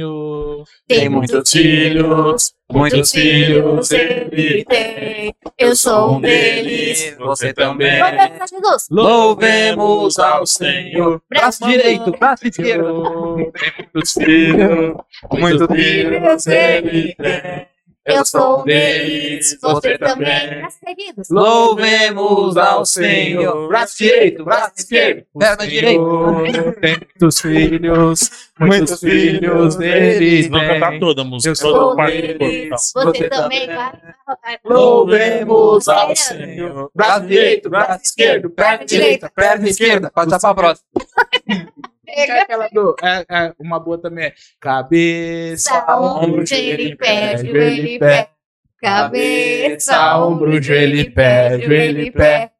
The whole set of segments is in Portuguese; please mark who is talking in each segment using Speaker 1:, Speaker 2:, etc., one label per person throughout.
Speaker 1: Senhor
Speaker 2: Tem muitos filhos, muitos filhos ele
Speaker 3: ele
Speaker 2: tem.
Speaker 3: tem. um Eu sou um deles.
Speaker 2: você também.
Speaker 3: Louvemos a Jesus.
Speaker 2: Louvemos ao Senhor.
Speaker 3: Braço direito,
Speaker 2: braço esquerdo. Tem muitos filhos, muitos filhos ele tem.
Speaker 3: Eu sou um deles. Você também. é tá Graças queridos.
Speaker 2: Louvemos ao Senhor. Braço direito, braço esquerdo. Perna direita.
Speaker 1: Tem muitos filhos, muitos filhos
Speaker 2: Eles
Speaker 1: dele
Speaker 4: Vão cantar
Speaker 1: tem.
Speaker 4: toda a música.
Speaker 1: Eu sou
Speaker 4: toda
Speaker 3: um
Speaker 4: a parte do corpo. tá?
Speaker 2: deles.
Speaker 3: Você
Speaker 2: Você
Speaker 3: também é
Speaker 2: também.
Speaker 3: vai. vai-
Speaker 2: Louvemos ao Senhor. Braço direito, braço esquerdo, perna direita, perna esquerda. Passar pra próxima.
Speaker 1: Que é
Speaker 3: Pega
Speaker 1: aquela do- é- é, uma boa também é cabeça,
Speaker 3: Cabeça,
Speaker 1: ombro,
Speaker 3: ombro,
Speaker 1: joelho,
Speaker 3: ele
Speaker 1: pé,
Speaker 3: pé,
Speaker 1: joelho, e
Speaker 3: joelho,
Speaker 1: pé.
Speaker 3: pé. Cabeça, ombro, joelho, pé, joelho, pé.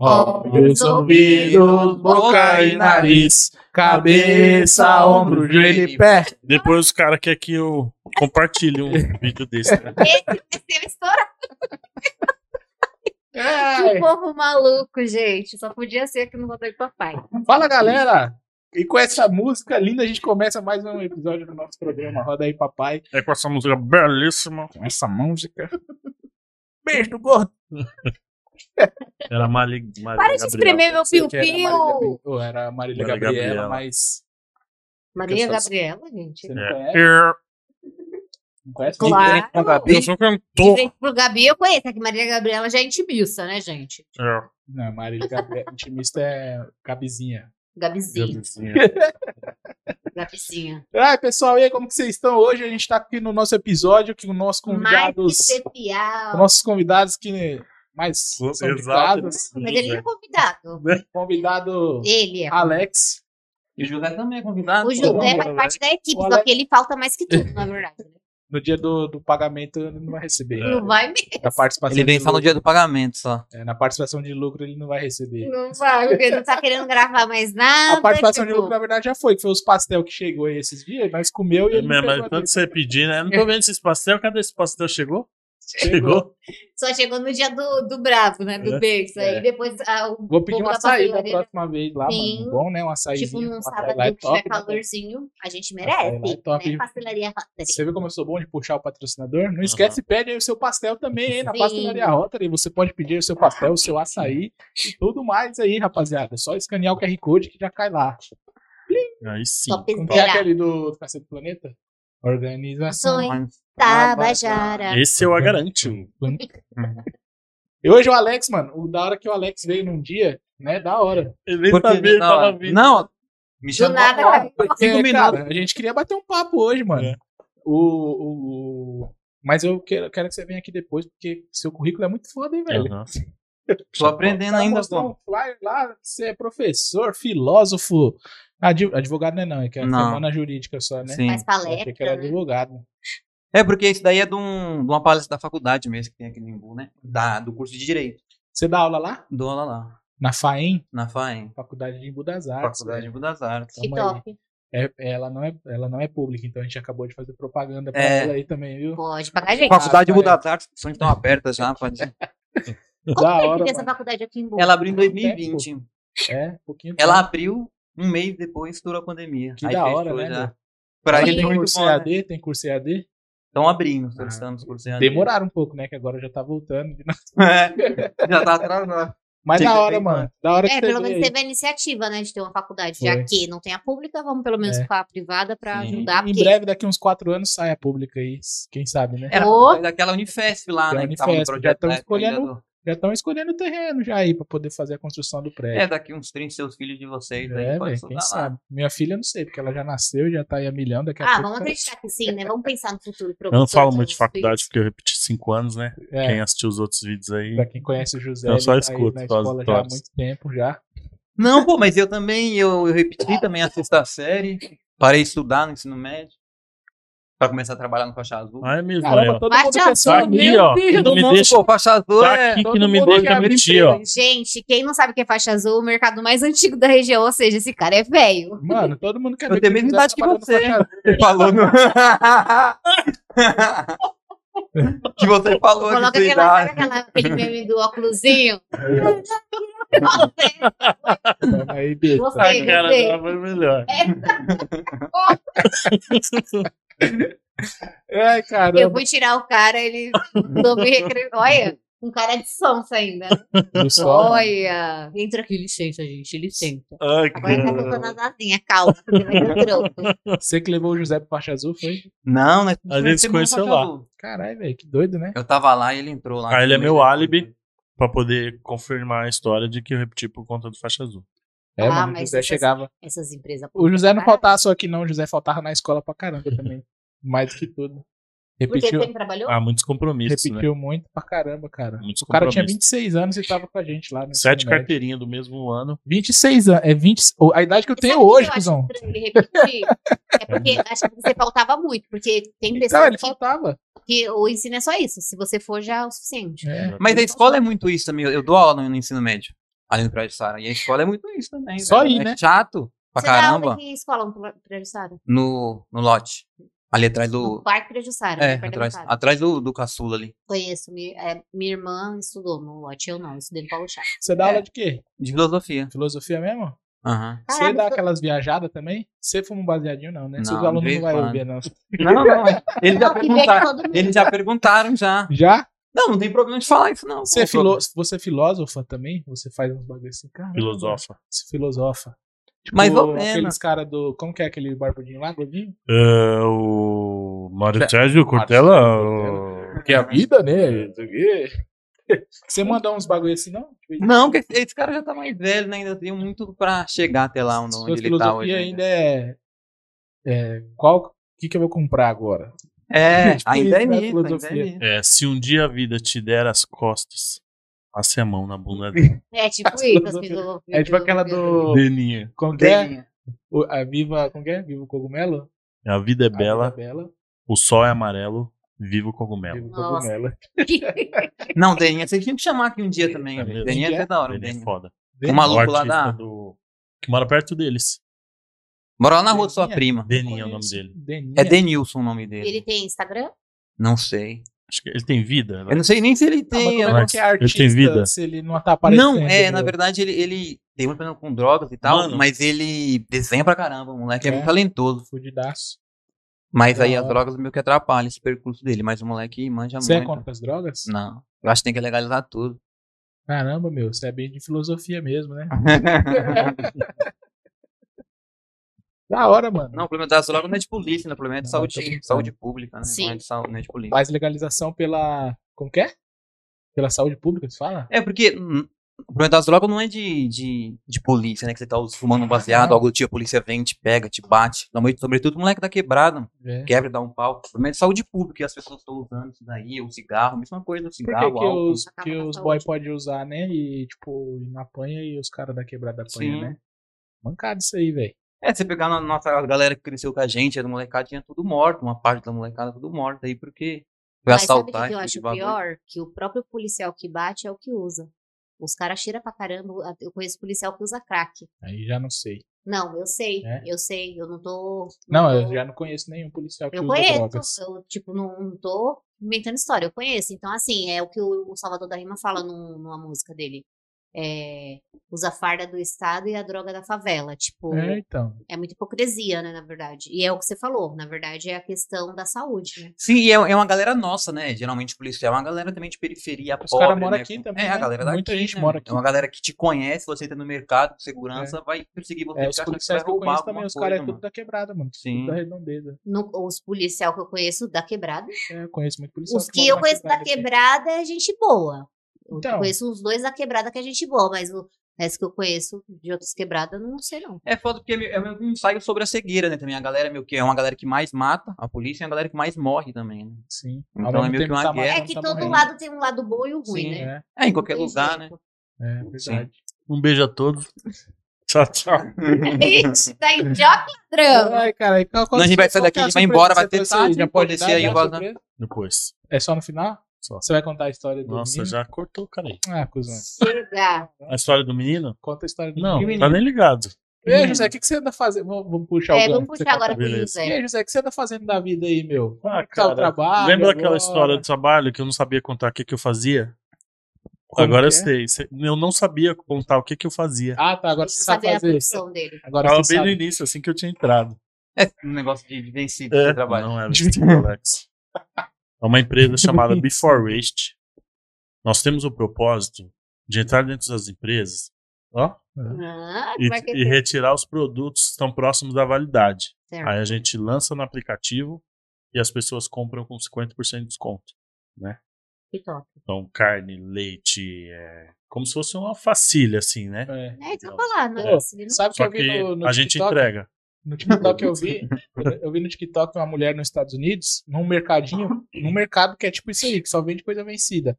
Speaker 1: Olhos, ouvidos, boca e nariz. Cabeça, ombro, joelho e pé.
Speaker 4: Depois os caras querem que eu compartilhe um vídeo desse. né?
Speaker 3: Esse vai ser estourado. Que um povo maluco, gente. Só podia ser que não votou de papai.
Speaker 1: Fala, galera! E com essa música linda, a gente começa mais um episódio do nosso programa Roda aí, papai.
Speaker 4: É com essa música belíssima.
Speaker 1: Com essa música. Beijo do gordo!
Speaker 4: Era Mali. Mali
Speaker 3: Para de espremer meu
Speaker 1: Sei que é era Marília
Speaker 3: piu-piu.
Speaker 1: Gabi- ou Era a Marília
Speaker 4: Marília
Speaker 1: Gabriela,
Speaker 4: Gabriela.
Speaker 1: mas
Speaker 3: Maria
Speaker 1: Pessoas-
Speaker 3: Gabriela, gente.
Speaker 1: você não conhece?
Speaker 4: É.
Speaker 1: Não conhece?
Speaker 3: Claro.
Speaker 4: Eu sou um cantor.
Speaker 3: Vem pro Gabi, eu conheço. É que Maria Gabriela já é intimista, né, gente?
Speaker 4: É.
Speaker 1: Não, Marília Gabriela. Intimista é Gabizinha.
Speaker 3: Gabizinha,
Speaker 4: Gabizinha.
Speaker 3: Gabizinha.
Speaker 1: Ai, pessoal, e aí, como que vocês estão? Hoje a gente está aqui no nosso episódio que os nossos
Speaker 3: Mais que
Speaker 1: convidados.
Speaker 3: especial.
Speaker 1: Nossos convidados que mais são de
Speaker 4: Exato.
Speaker 1: casa.
Speaker 3: Mas ele não é convidado.
Speaker 1: Convidado
Speaker 3: Ele
Speaker 1: Ah,
Speaker 3: é.
Speaker 1: Alex.
Speaker 2: E o José também é convidado.
Speaker 3: O José
Speaker 1: Alex-
Speaker 3: faz parte da equipe,
Speaker 1: o
Speaker 3: só
Speaker 1: Alex-
Speaker 3: que ele falta mais que tudo, na verdade. né?
Speaker 1: No dia do, do pagamento ele não vai receber.
Speaker 4: É.
Speaker 3: Não vai mesmo.
Speaker 1: Na participação
Speaker 2: Ele vem
Speaker 1: de
Speaker 2: só no
Speaker 1: lucro-
Speaker 2: dia do pagamento, só.
Speaker 1: é, na participação de lucro ele não vai receber.
Speaker 3: Não vai, porque ele não tá querendo gravar mais nada.
Speaker 1: A participação de
Speaker 3: tipo,
Speaker 1: lucro, na verdade, já foi, que foi os pastel que chegou aí esses dias, nós comeu e
Speaker 4: É
Speaker 1: ele não
Speaker 4: mesmo, mas
Speaker 1: pegou
Speaker 4: quando
Speaker 1: dele.
Speaker 4: você pedir, né? Não tô vendo esse pastel. Cadê esse pastel? Chegou? Chegou?
Speaker 3: Só chegou no dia do, do bravo, né? Do
Speaker 4: É.
Speaker 3: berço. Aí
Speaker 1: É.
Speaker 3: depois ah, o
Speaker 1: Vou pedir
Speaker 3: povo
Speaker 1: um
Speaker 3: da
Speaker 1: açaí da
Speaker 3: pastelaria,
Speaker 1: próxima vez lá,
Speaker 3: Sim.
Speaker 1: mano. Bom, né? Um açaizinho.
Speaker 3: Tipo, num
Speaker 1: um açaí
Speaker 3: sábado
Speaker 1: lá é
Speaker 3: que tiver
Speaker 1: top, né?
Speaker 3: calorzinho, a gente
Speaker 1: Açaí lá é
Speaker 3: merece.
Speaker 1: top, hein?
Speaker 3: né? Pastelaria Rotary.
Speaker 1: Você vê como eu sou bom de puxar o patrocinador? Não esquece, pede aí o seu pastel também, hein? Na
Speaker 3: Sim.
Speaker 1: pastelaria Rotary. Você pode pedir o seu pastel, o seu açaí e tudo mais aí, rapaziada. É só escanear o QR Code que já cai lá.
Speaker 4: Aí sim.
Speaker 3: Só
Speaker 1: Como que é
Speaker 3: penderá.
Speaker 1: aquele do, do Cacete do Planeta? Organização.
Speaker 3: Sonho Tabajara.
Speaker 4: Esse eu a garanto. Uhum.
Speaker 1: E hoje o Alex, mano, o da hora que o Alex veio num dia, né? Da hora.
Speaker 4: Ele nem
Speaker 2: Porque-
Speaker 4: sabia, ele tava
Speaker 2: não,
Speaker 4: vindo.
Speaker 2: não, me
Speaker 3: Do
Speaker 2: chamou
Speaker 3: nada,
Speaker 2: agora,
Speaker 3: cara.
Speaker 2: faz
Speaker 1: É,
Speaker 2: cinco minutos.
Speaker 1: cara, a gente queria bater um papo hoje, mano.
Speaker 4: É.
Speaker 1: O, o- o- Mas eu quero, quero que você venha aqui depois, porque seu currículo é muito foda, hein, velho?
Speaker 4: Aham.
Speaker 1: Tá
Speaker 2: Tô aprendendo
Speaker 1: Cara,
Speaker 2: ainda,
Speaker 1: mostrou
Speaker 2: pô.
Speaker 1: um flyer lá, que você é professor, filósofo. Adi- Advogado não é não, é que é
Speaker 2: Não.
Speaker 1: semana jurídica só, né?
Speaker 3: Faz
Speaker 2: Sim.
Speaker 1: Eu achei
Speaker 3: palestra,
Speaker 1: que era
Speaker 3: né?
Speaker 1: advogado.
Speaker 2: É porque isso daí é de, um- de uma palestra da faculdade mesmo que tem aqui no Imbu, né? Da, do curso de Direito.
Speaker 1: Você dá aula lá?
Speaker 2: Dou aula lá,
Speaker 1: Na FAEM,
Speaker 2: na FAEM,
Speaker 1: Faculdade de Embu das Artes.
Speaker 2: Faculdade de Imbu das Artes.
Speaker 3: Que
Speaker 1: Tamo aí.
Speaker 3: top.
Speaker 1: É, ela, não é, ela não é pública, então a gente acabou de fazer propaganda pra
Speaker 2: É.
Speaker 1: ela aí também, viu?
Speaker 3: Pode pagar a gente.
Speaker 1: Qual
Speaker 2: Faculdade de Imbu das Ah, Artes, as estão abertas já, pode
Speaker 1: Da
Speaker 3: Como que
Speaker 1: hora,
Speaker 3: fica essa
Speaker 1: mano.
Speaker 3: faculdade aqui em Boa?
Speaker 2: Ela abriu em 2020.
Speaker 1: É, um pouquinho.
Speaker 2: Ela abriu um mês depois, durou a pandemia.
Speaker 1: Que
Speaker 2: Aí
Speaker 1: da
Speaker 2: fechou
Speaker 1: hora, né,
Speaker 2: já.
Speaker 1: meu?
Speaker 2: Pra
Speaker 3: Ela
Speaker 2: gente
Speaker 1: tem um
Speaker 2: é muito
Speaker 1: curso
Speaker 2: bom, né?
Speaker 1: EAD, tem curso EAD.
Speaker 2: Estão
Speaker 1: Ah,
Speaker 2: abrindo, solicitando os cursos em AD.
Speaker 1: Demoraram um pouco, né? Que agora já tá voltando.
Speaker 2: É, já tá atrasado.
Speaker 1: Mas
Speaker 2: Tinha
Speaker 1: da
Speaker 2: que
Speaker 1: hora,
Speaker 2: ter,
Speaker 1: mano.
Speaker 2: mano.
Speaker 1: Da hora que você
Speaker 3: É, pelo
Speaker 1: veio
Speaker 3: menos
Speaker 1: aí.
Speaker 3: teve a iniciativa, né, de ter uma faculdade.
Speaker 1: Foi.
Speaker 3: Já que não tem a pública, vamos pelo menos
Speaker 1: É.
Speaker 3: com a privada pra
Speaker 2: Sim.
Speaker 3: ajudar.
Speaker 1: Em
Speaker 3: Porque
Speaker 1: breve, daqui uns quatro anos, sai a pública aí. Quem sabe, né?
Speaker 2: Era
Speaker 3: Ô.
Speaker 2: foi daquela Unifesp lá,
Speaker 1: Da
Speaker 2: né? que tava no
Speaker 1: Unifesp, já
Speaker 2: projeto
Speaker 1: tão
Speaker 2: lá, que ainda
Speaker 1: escolhendo-
Speaker 2: do-
Speaker 1: Já estão escolhendo o terreno já aí pra poder fazer a construção do prédio.
Speaker 2: É, daqui uns 30 seus filhos de vocês aí,
Speaker 1: É,
Speaker 2: pode
Speaker 1: velho,
Speaker 2: estudar
Speaker 1: quem
Speaker 2: lá.
Speaker 1: sabe? Minha filha, eu não sei, porque ela já nasceu, já tá aí a milhão daqui a
Speaker 3: Ah,
Speaker 1: pouco.
Speaker 3: vamos acreditar que sim, né? Vamos pensar no futuro.
Speaker 4: Eu não falo muito de faculdade porque eu repeti cinco anos, né?
Speaker 1: É.
Speaker 4: Quem assistiu os outros vídeos aí.
Speaker 1: Pra quem conhece o José,
Speaker 4: Eu
Speaker 1: ele
Speaker 4: só
Speaker 1: tá
Speaker 4: escuto
Speaker 1: aí na
Speaker 4: só as
Speaker 1: escola já há
Speaker 4: histórias.
Speaker 1: muito tempo já.
Speaker 2: Não, pô, mas eu também, eu, eu repeti também a sexta série, parei de estudar no ensino médio, pra começar a trabalhar no Faixa Azul.
Speaker 4: Ah, é mesmo, aí,
Speaker 1: Caramba,
Speaker 4: ó.
Speaker 1: todo
Speaker 3: Bate
Speaker 1: mundo
Speaker 3: a
Speaker 1: pensou
Speaker 4: Tá aqui, ó. Que não
Speaker 2: Todo
Speaker 4: me
Speaker 2: mundo,
Speaker 4: deixa.
Speaker 2: pô, Faixa Azul
Speaker 4: Tá
Speaker 2: é...
Speaker 4: aqui que
Speaker 1: todo
Speaker 4: não me
Speaker 1: mundo que
Speaker 4: deixa
Speaker 1: abre
Speaker 4: mentir, ó.
Speaker 3: Gente, quem não sabe o que é faixa azul, o mercado mais antigo da região, ou seja, esse cara é velho.
Speaker 1: Mano, todo mundo quer
Speaker 2: Eu
Speaker 1: ver
Speaker 2: tenho a
Speaker 1: quem
Speaker 2: mesma
Speaker 1: tá
Speaker 2: idade que
Speaker 1: trabalhando
Speaker 2: você.
Speaker 1: pra caralho.
Speaker 2: Você falou no... que você falou de
Speaker 3: Coloca
Speaker 2: sua
Speaker 3: aquela, sabe
Speaker 2: idade.
Speaker 3: aquela, aquele meme do óculosinho.
Speaker 1: Toma né? aí, Bita.
Speaker 3: Você-
Speaker 4: A cara
Speaker 3: Sei.
Speaker 4: dela foi melhor.
Speaker 1: Ai,
Speaker 3: Eu
Speaker 1: caramba.
Speaker 3: fui tirar o cara, ele não me recre... Olha, um cara de sonsa ainda.
Speaker 1: do sol.
Speaker 3: Olha. Entra aqui, licença, gente, licença.
Speaker 4: Ai,
Speaker 3: Agora
Speaker 1: Hum.
Speaker 3: tá
Speaker 4: cara.
Speaker 3: faltando as asinhas, calma. Você vai ter troco.
Speaker 1: Você que levou o José pro faixa azul, foi?
Speaker 2: Não, né?
Speaker 4: A gente se conheceu lá.
Speaker 1: Caralho, velho, que doido, né?
Speaker 2: Eu tava lá e ele entrou lá.
Speaker 4: Aí ele é meu
Speaker 2: Primeiro.
Speaker 4: álibi pra poder confirmar a história de que eu repeti por conta do faixa azul.
Speaker 1: É,
Speaker 3: Ah,
Speaker 1: mano, o
Speaker 3: mas
Speaker 1: José
Speaker 3: essas-
Speaker 1: chegava.
Speaker 3: Essas empresas.
Speaker 1: O José não
Speaker 3: Ah,
Speaker 1: faltava só aqui, não. O José faltava na escola pra caramba também. Mais do que tudo.
Speaker 3: Porque
Speaker 1: Repetiu,
Speaker 3: ele trabalhou?
Speaker 4: Ah, muitos compromissos, né?
Speaker 1: repetiu muito pra caramba, cara.
Speaker 4: Muitos
Speaker 1: O cara tinha
Speaker 4: compromissos.
Speaker 1: 26 anos né? e tava com a gente lá. No ensino
Speaker 4: Sete
Speaker 1: médio.
Speaker 4: carteirinhas do mesmo ano.
Speaker 1: 26 anos. É 20, ou a idade que eu
Speaker 3: Sabe
Speaker 1: tenho
Speaker 3: o que
Speaker 1: hoje,
Speaker 3: eu acho
Speaker 1: cuzão.
Speaker 3: estranho ele repetir? É porque acho que você faltava muito, porque tem pessoas
Speaker 1: Cara, ele
Speaker 3: que,
Speaker 1: faltava.
Speaker 3: que o ensino é só isso. Se você for, já é o suficiente.
Speaker 1: É.
Speaker 2: Mas a escola é muito isso também. Eu- Eu dou aula no, no ensino médio, ali no Prédio Sara. E a escola é muito isso também.
Speaker 1: Só
Speaker 2: velho.
Speaker 1: ir, né?
Speaker 2: É chato pra
Speaker 3: você dá
Speaker 2: caramba
Speaker 3: aula em que escola um no Pro- Prejussara?
Speaker 2: no, no lote. Ali atrás
Speaker 3: No
Speaker 2: do.
Speaker 3: Parque Prejussara.
Speaker 2: É,
Speaker 3: no Parque Ah, da
Speaker 2: atrás,
Speaker 3: Bancada.
Speaker 2: atrás do, do caçula ali.
Speaker 3: um Conheço. mi- é, minha irmã estudou no lote, eu não. Estudei no Paulo Chá.
Speaker 1: Você dá
Speaker 2: É.
Speaker 1: aula de quê?
Speaker 2: De filosofia.
Speaker 1: Filosofia mesmo?
Speaker 3: Ah,
Speaker 2: Aham.
Speaker 1: Você
Speaker 3: Caralho,
Speaker 1: dá
Speaker 3: eu-
Speaker 1: aquelas viajadas também? Você fuma um baseadinho, não, né? Seus
Speaker 2: Não, de
Speaker 1: alunos
Speaker 2: vez
Speaker 1: não
Speaker 2: em
Speaker 1: vai
Speaker 2: quando.
Speaker 1: ouvir, não.
Speaker 2: Não, não, não. é. Eles já
Speaker 3: Não, que vem
Speaker 2: perguntaram.
Speaker 3: todo mundo.
Speaker 2: Eles já perguntaram já.
Speaker 1: Já?
Speaker 2: Não, não tem problema de falar isso, não.
Speaker 1: Você é,
Speaker 2: Pô,
Speaker 1: filó- você é filósofa também? Você faz uns bagulho assim, cara?
Speaker 4: Filosofa.
Speaker 1: Você filosofa. Tipo,
Speaker 2: Mais ou menos.
Speaker 1: Aqueles caras do. Como que é aquele barbudinho lá, gordinho?
Speaker 4: É, o Mário
Speaker 2: Tá.
Speaker 4: Sérgio Cortella. o-
Speaker 1: É. Que é a vida, né? Você mandou uns bagulho assim, não?
Speaker 2: Não, porque esse cara já tá mais velho, né? Ainda tem muito pra chegar até lá onde
Speaker 1: Sua
Speaker 2: ele tá
Speaker 1: filosofia
Speaker 2: hoje.
Speaker 1: ainda é. é, Qual. O que, que eu vou comprar agora?
Speaker 2: É,
Speaker 1: Tipo
Speaker 2: ainda é
Speaker 1: isso, né,
Speaker 2: nisso, ainda é
Speaker 1: filosofia.
Speaker 2: nisso.
Speaker 4: É, se um dia a vida te der as costas, passe a mão na bunda dele.
Speaker 3: É tipo
Speaker 2: um
Speaker 1: As
Speaker 3: isso.
Speaker 1: filosofia-
Speaker 3: as filosofias
Speaker 1: É tipo aquela do.
Speaker 4: Deninha.
Speaker 1: Como que é? O- A viva. Como que é? Viva o cogumelo?
Speaker 4: A vida é
Speaker 1: A
Speaker 4: bela,
Speaker 1: Viva bela.
Speaker 4: o sol é amarelo, viva o cogumelo.
Speaker 1: Viva o
Speaker 3: Nossa.
Speaker 1: cogumelo.
Speaker 2: Não, Deninha, vocês tinham que chamar aqui um dia também,
Speaker 4: É
Speaker 2: velho.
Speaker 4: mesmo.
Speaker 2: Deninha é da hora, o
Speaker 4: Ele é
Speaker 2: Deninha.
Speaker 4: foda.
Speaker 2: O maluco
Speaker 4: O
Speaker 2: lá
Speaker 4: artista
Speaker 2: da.
Speaker 4: do- Que mora perto deles.
Speaker 2: Mora lá na rua da sua
Speaker 1: Deninha?
Speaker 2: prima.
Speaker 4: Deninha é o nome
Speaker 1: Conheço.
Speaker 4: dele.
Speaker 1: Deninha.
Speaker 2: É Denilson o nome dele.
Speaker 3: Ele tem Instagram?
Speaker 2: Não sei.
Speaker 4: Acho que ele tem vida. né?
Speaker 2: Eu não sei nem se ele
Speaker 1: Não, mas
Speaker 2: tem.
Speaker 1: como
Speaker 2: eu
Speaker 1: é
Speaker 4: Alex?
Speaker 1: que é artista
Speaker 4: Ele tem vida?
Speaker 1: se ele não tá
Speaker 2: Não,
Speaker 1: aparecendo?
Speaker 2: é, na
Speaker 1: entendeu?
Speaker 2: verdade ele, ele tem muito problema com drogas e tal,
Speaker 4: Mano.
Speaker 2: mas ele desenha pra caramba, o moleque é,
Speaker 1: É.
Speaker 2: muito talentoso.
Speaker 1: Fudidaço.
Speaker 2: Mas aí
Speaker 1: Da
Speaker 2: as
Speaker 1: hora.
Speaker 2: drogas meio que atrapalham esse percurso dele, mas o moleque manja
Speaker 1: Você é
Speaker 2: Tá muito.
Speaker 1: contra as drogas?
Speaker 2: Não, eu acho que tem que legalizar tudo.
Speaker 1: Caramba, meu, você é bem de filosofia mesmo, né? Da hora, mano.
Speaker 2: não, o problema das drogas não é de polícia, né? o problema é de
Speaker 1: Não, tô
Speaker 2: saúde,
Speaker 1: brincando.
Speaker 2: saúde pública, né? Não é
Speaker 3: Sim.
Speaker 2: de saúde, não é de polícia.
Speaker 1: Faz legalização pela. Como que é? Pela saúde pública, você fala?
Speaker 2: É porque hum, o problema das drogas não é de, de, de polícia, né? Que você tá fumando um baseado, algo do tipo, a polícia vem, te pega, te bate. Na maioria- Sobretudo o moleque tá quebrado, mano.
Speaker 1: É.
Speaker 2: quebra, dá um pau. O problema é de saúde pública, e as pessoas estão usando isso daí, o cigarro, a mesma coisa,
Speaker 1: Por
Speaker 2: o
Speaker 1: que,
Speaker 2: cigarro,
Speaker 1: que
Speaker 2: álcool.
Speaker 1: os,
Speaker 3: Acaba
Speaker 1: que
Speaker 3: com a
Speaker 1: os
Speaker 3: saúde.
Speaker 1: boy podem usar, né? E, tipo, e não apanha e os caras da quebrada apanha,
Speaker 2: Sim.
Speaker 1: né? Mancado isso aí, velho.
Speaker 2: É, você pegar na nossa galera que cresceu com a gente, era molecada, tinha tudo morto, uma parte da molecada tudo morta aí, porque foi
Speaker 3: Mas sabe o que
Speaker 2: assaltar.
Speaker 3: que eu
Speaker 2: esse
Speaker 3: acho
Speaker 2: bagulho.
Speaker 3: pior? Que o próprio policial que bate é o que usa. Os caras tiram pra caramba. Eu conheço policial que usa crack.
Speaker 1: Aí já não sei.
Speaker 3: Não, eu sei,
Speaker 1: É?
Speaker 3: eu sei. Eu não tô.
Speaker 1: Não,
Speaker 3: tô-
Speaker 1: eu já não conheço nenhum policial que
Speaker 3: Eu
Speaker 1: usa drogas.
Speaker 3: conheço, eu, tipo, não, não tô inventando história, eu conheço. Então, assim, é o que o, o Salvador da Rima fala num- numa música dele. É, usa a farda do Estado e a droga da favela. Tipo,
Speaker 1: É,
Speaker 3: é,
Speaker 1: então.
Speaker 3: muita hipocrisia, né, na verdade. E é o que você falou, na verdade, é a questão da saúde, né?
Speaker 2: Sim, e é, é uma galera nossa, né? Geralmente policial é uma galera também de periferia,
Speaker 1: Os
Speaker 2: pobre,
Speaker 1: cara mora
Speaker 2: né?
Speaker 1: aqui também,
Speaker 2: É, a
Speaker 1: né?
Speaker 2: galera
Speaker 1: Muita
Speaker 2: daqui,
Speaker 1: gente
Speaker 2: né,
Speaker 1: mora
Speaker 2: mano?
Speaker 1: aqui.
Speaker 2: É uma galera que te conhece, você entra no mercado, com segurança, vai perseguir você.
Speaker 1: É,
Speaker 2: porque
Speaker 1: os
Speaker 2: acha que
Speaker 1: policiais
Speaker 2: você
Speaker 1: que
Speaker 2: vai
Speaker 1: eu
Speaker 2: roubar
Speaker 1: conheço
Speaker 2: alguma
Speaker 1: também, os
Speaker 2: coisa,
Speaker 1: caras é tudo
Speaker 2: mano.
Speaker 1: da quebrada, mano.
Speaker 2: Sim.
Speaker 1: Tudo da redondeza.
Speaker 3: No- os policial que eu conheço da quebrada.
Speaker 1: É, Eu conheço muito policial.
Speaker 3: Os que
Speaker 1: mora
Speaker 3: eu
Speaker 1: na
Speaker 3: conheço da
Speaker 1: aqui.
Speaker 3: quebrada é gente boa. Eu
Speaker 1: Então.
Speaker 3: conheço os dois da quebrada que é gente boa, mas o resto que eu conheço de outras quebradas, eu não sei não.
Speaker 2: É foda porque é meio- é meio que um ensaio sobre a cegueira, né? Também a galera meio que é uma galera que mais mata a polícia e é a galera que mais morre também, né?
Speaker 1: Sim.
Speaker 2: Então
Speaker 1: Ao
Speaker 2: é
Speaker 1: mesmo
Speaker 2: meio que
Speaker 1: tempo
Speaker 2: uma
Speaker 1: tá
Speaker 2: guerra.
Speaker 1: matando,
Speaker 3: É que
Speaker 1: tá
Speaker 3: todo
Speaker 1: morrendo.
Speaker 3: lado tem um lado bom e o ruim,
Speaker 2: Sim,
Speaker 3: né?
Speaker 1: É,
Speaker 2: É, em
Speaker 3: Não
Speaker 2: qualquer
Speaker 3: tem
Speaker 2: lugar,
Speaker 3: jeito.
Speaker 2: né?
Speaker 1: é verdade.
Speaker 4: Um beijo a todos. Tchau, tchau.
Speaker 3: Gente, tá em joga, ladrão.
Speaker 1: Ai, cara, e qual- qual-
Speaker 2: Não, a gente vai sair
Speaker 1: qual
Speaker 2: daqui,
Speaker 1: que é
Speaker 2: a gente
Speaker 1: surpresa
Speaker 2: vai embora,
Speaker 1: que
Speaker 2: vai
Speaker 1: você
Speaker 2: ter
Speaker 1: trouxe
Speaker 2: tarde,
Speaker 1: já
Speaker 2: já pode descer aí
Speaker 1: já,
Speaker 2: agora,
Speaker 1: surpresa?
Speaker 4: Depois.
Speaker 1: É só no final?
Speaker 4: Só.
Speaker 1: Você vai contar a história do
Speaker 4: Nossa,
Speaker 1: menino?
Speaker 4: já cortou o cara aí.
Speaker 1: Ah, cuzão.
Speaker 3: Chega.
Speaker 4: A história do menino?
Speaker 1: Conta a história do
Speaker 4: Não,
Speaker 1: menino.
Speaker 4: tá nem ligado.
Speaker 1: E aí, José, o que, que você anda fazendo? Vamos, vamos puxar o
Speaker 3: É,
Speaker 1: gancho
Speaker 3: vamos
Speaker 1: que você
Speaker 3: puxar
Speaker 1: tá
Speaker 3: agora é.
Speaker 1: fazendo.
Speaker 3: pro
Speaker 4: Beleza.
Speaker 1: E
Speaker 3: José.
Speaker 1: aí, José, o que você anda fazendo da vida aí, meu?
Speaker 4: Ah,
Speaker 1: Como que tá o
Speaker 4: cara,
Speaker 1: trabalho
Speaker 4: Lembra aquela
Speaker 1: agora?
Speaker 4: história do trabalho que eu não sabia contar o que, que eu fazia?
Speaker 1: Como
Speaker 4: Agora eu
Speaker 1: que é?
Speaker 4: sei. Cê- Eu não sabia contar o que, que eu fazia.
Speaker 1: Ah, tá. Agora
Speaker 3: Eu
Speaker 1: você sabe
Speaker 3: sabia a
Speaker 1: fazer.
Speaker 3: profissão dele.
Speaker 1: Agora
Speaker 4: Tava
Speaker 1: você
Speaker 4: bem no
Speaker 1: sabe.
Speaker 4: início, assim que eu tinha entrado.
Speaker 2: É um negócio de vencido
Speaker 4: É,
Speaker 2: é, trabalho.
Speaker 4: não era Steve Alex. É uma empresa chamada Before Waste. Nós temos o propósito de entrar dentro das empresas ó,
Speaker 3: Ah,
Speaker 4: e,
Speaker 3: como é que
Speaker 4: e retirar os produtos que estão próximos da validade.
Speaker 3: Certo.
Speaker 4: Aí a gente lança no aplicativo e as pessoas compram com 50% de desconto.
Speaker 3: Que top.
Speaker 4: Então, carne, leite, é, como se fosse uma facilha, assim, né?
Speaker 1: É.
Speaker 3: É, então vai lá, não
Speaker 1: Pô,
Speaker 3: é isso, ele não-
Speaker 1: Sabe o que
Speaker 4: Só
Speaker 1: eu
Speaker 4: que
Speaker 1: vi no, no
Speaker 4: a gente
Speaker 1: TikTok?
Speaker 4: entrega.
Speaker 1: No TikTok eu vi, eu vi no TikTok uma mulher nos Estados Unidos, num mercadinho, num mercado que é tipo isso aí, que só vende coisa vencida.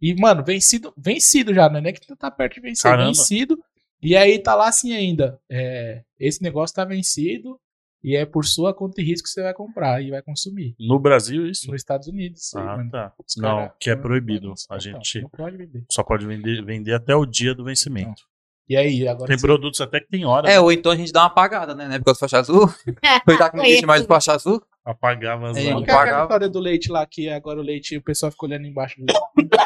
Speaker 1: E, mano, vencido, vencido já, não é nem que tá perto de vencer,
Speaker 4: Caramba.
Speaker 1: vencido. E aí tá lá assim ainda, é, esse negócio tá vencido e é por sua conta e risco que você vai comprar e vai consumir.
Speaker 4: No Brasil, isso?
Speaker 1: Nos Estados Unidos. aí,
Speaker 4: Ah,
Speaker 1: mano,
Speaker 4: tá.
Speaker 1: os
Speaker 4: Não,
Speaker 1: cara-
Speaker 4: que é
Speaker 1: não
Speaker 4: proibido.
Speaker 1: pode-
Speaker 4: A
Speaker 1: não,
Speaker 4: gente
Speaker 1: Não pode vender.
Speaker 4: só pode vender, vender até o dia do vencimento.
Speaker 1: E aí, agora...
Speaker 4: Tem
Speaker 1: você-
Speaker 4: produtos até que tem hora.
Speaker 2: É, ou então a gente dá uma apagada, né? Na época do faixa azul. Coitado que não existe mais o faixa azul.
Speaker 4: Apagava as
Speaker 2: É,
Speaker 1: Qual
Speaker 4: vagas.
Speaker 1: que é aquela
Speaker 2: pagava.
Speaker 1: história do leite lá, que agora o leite, o pessoal fica olhando embaixo do leite.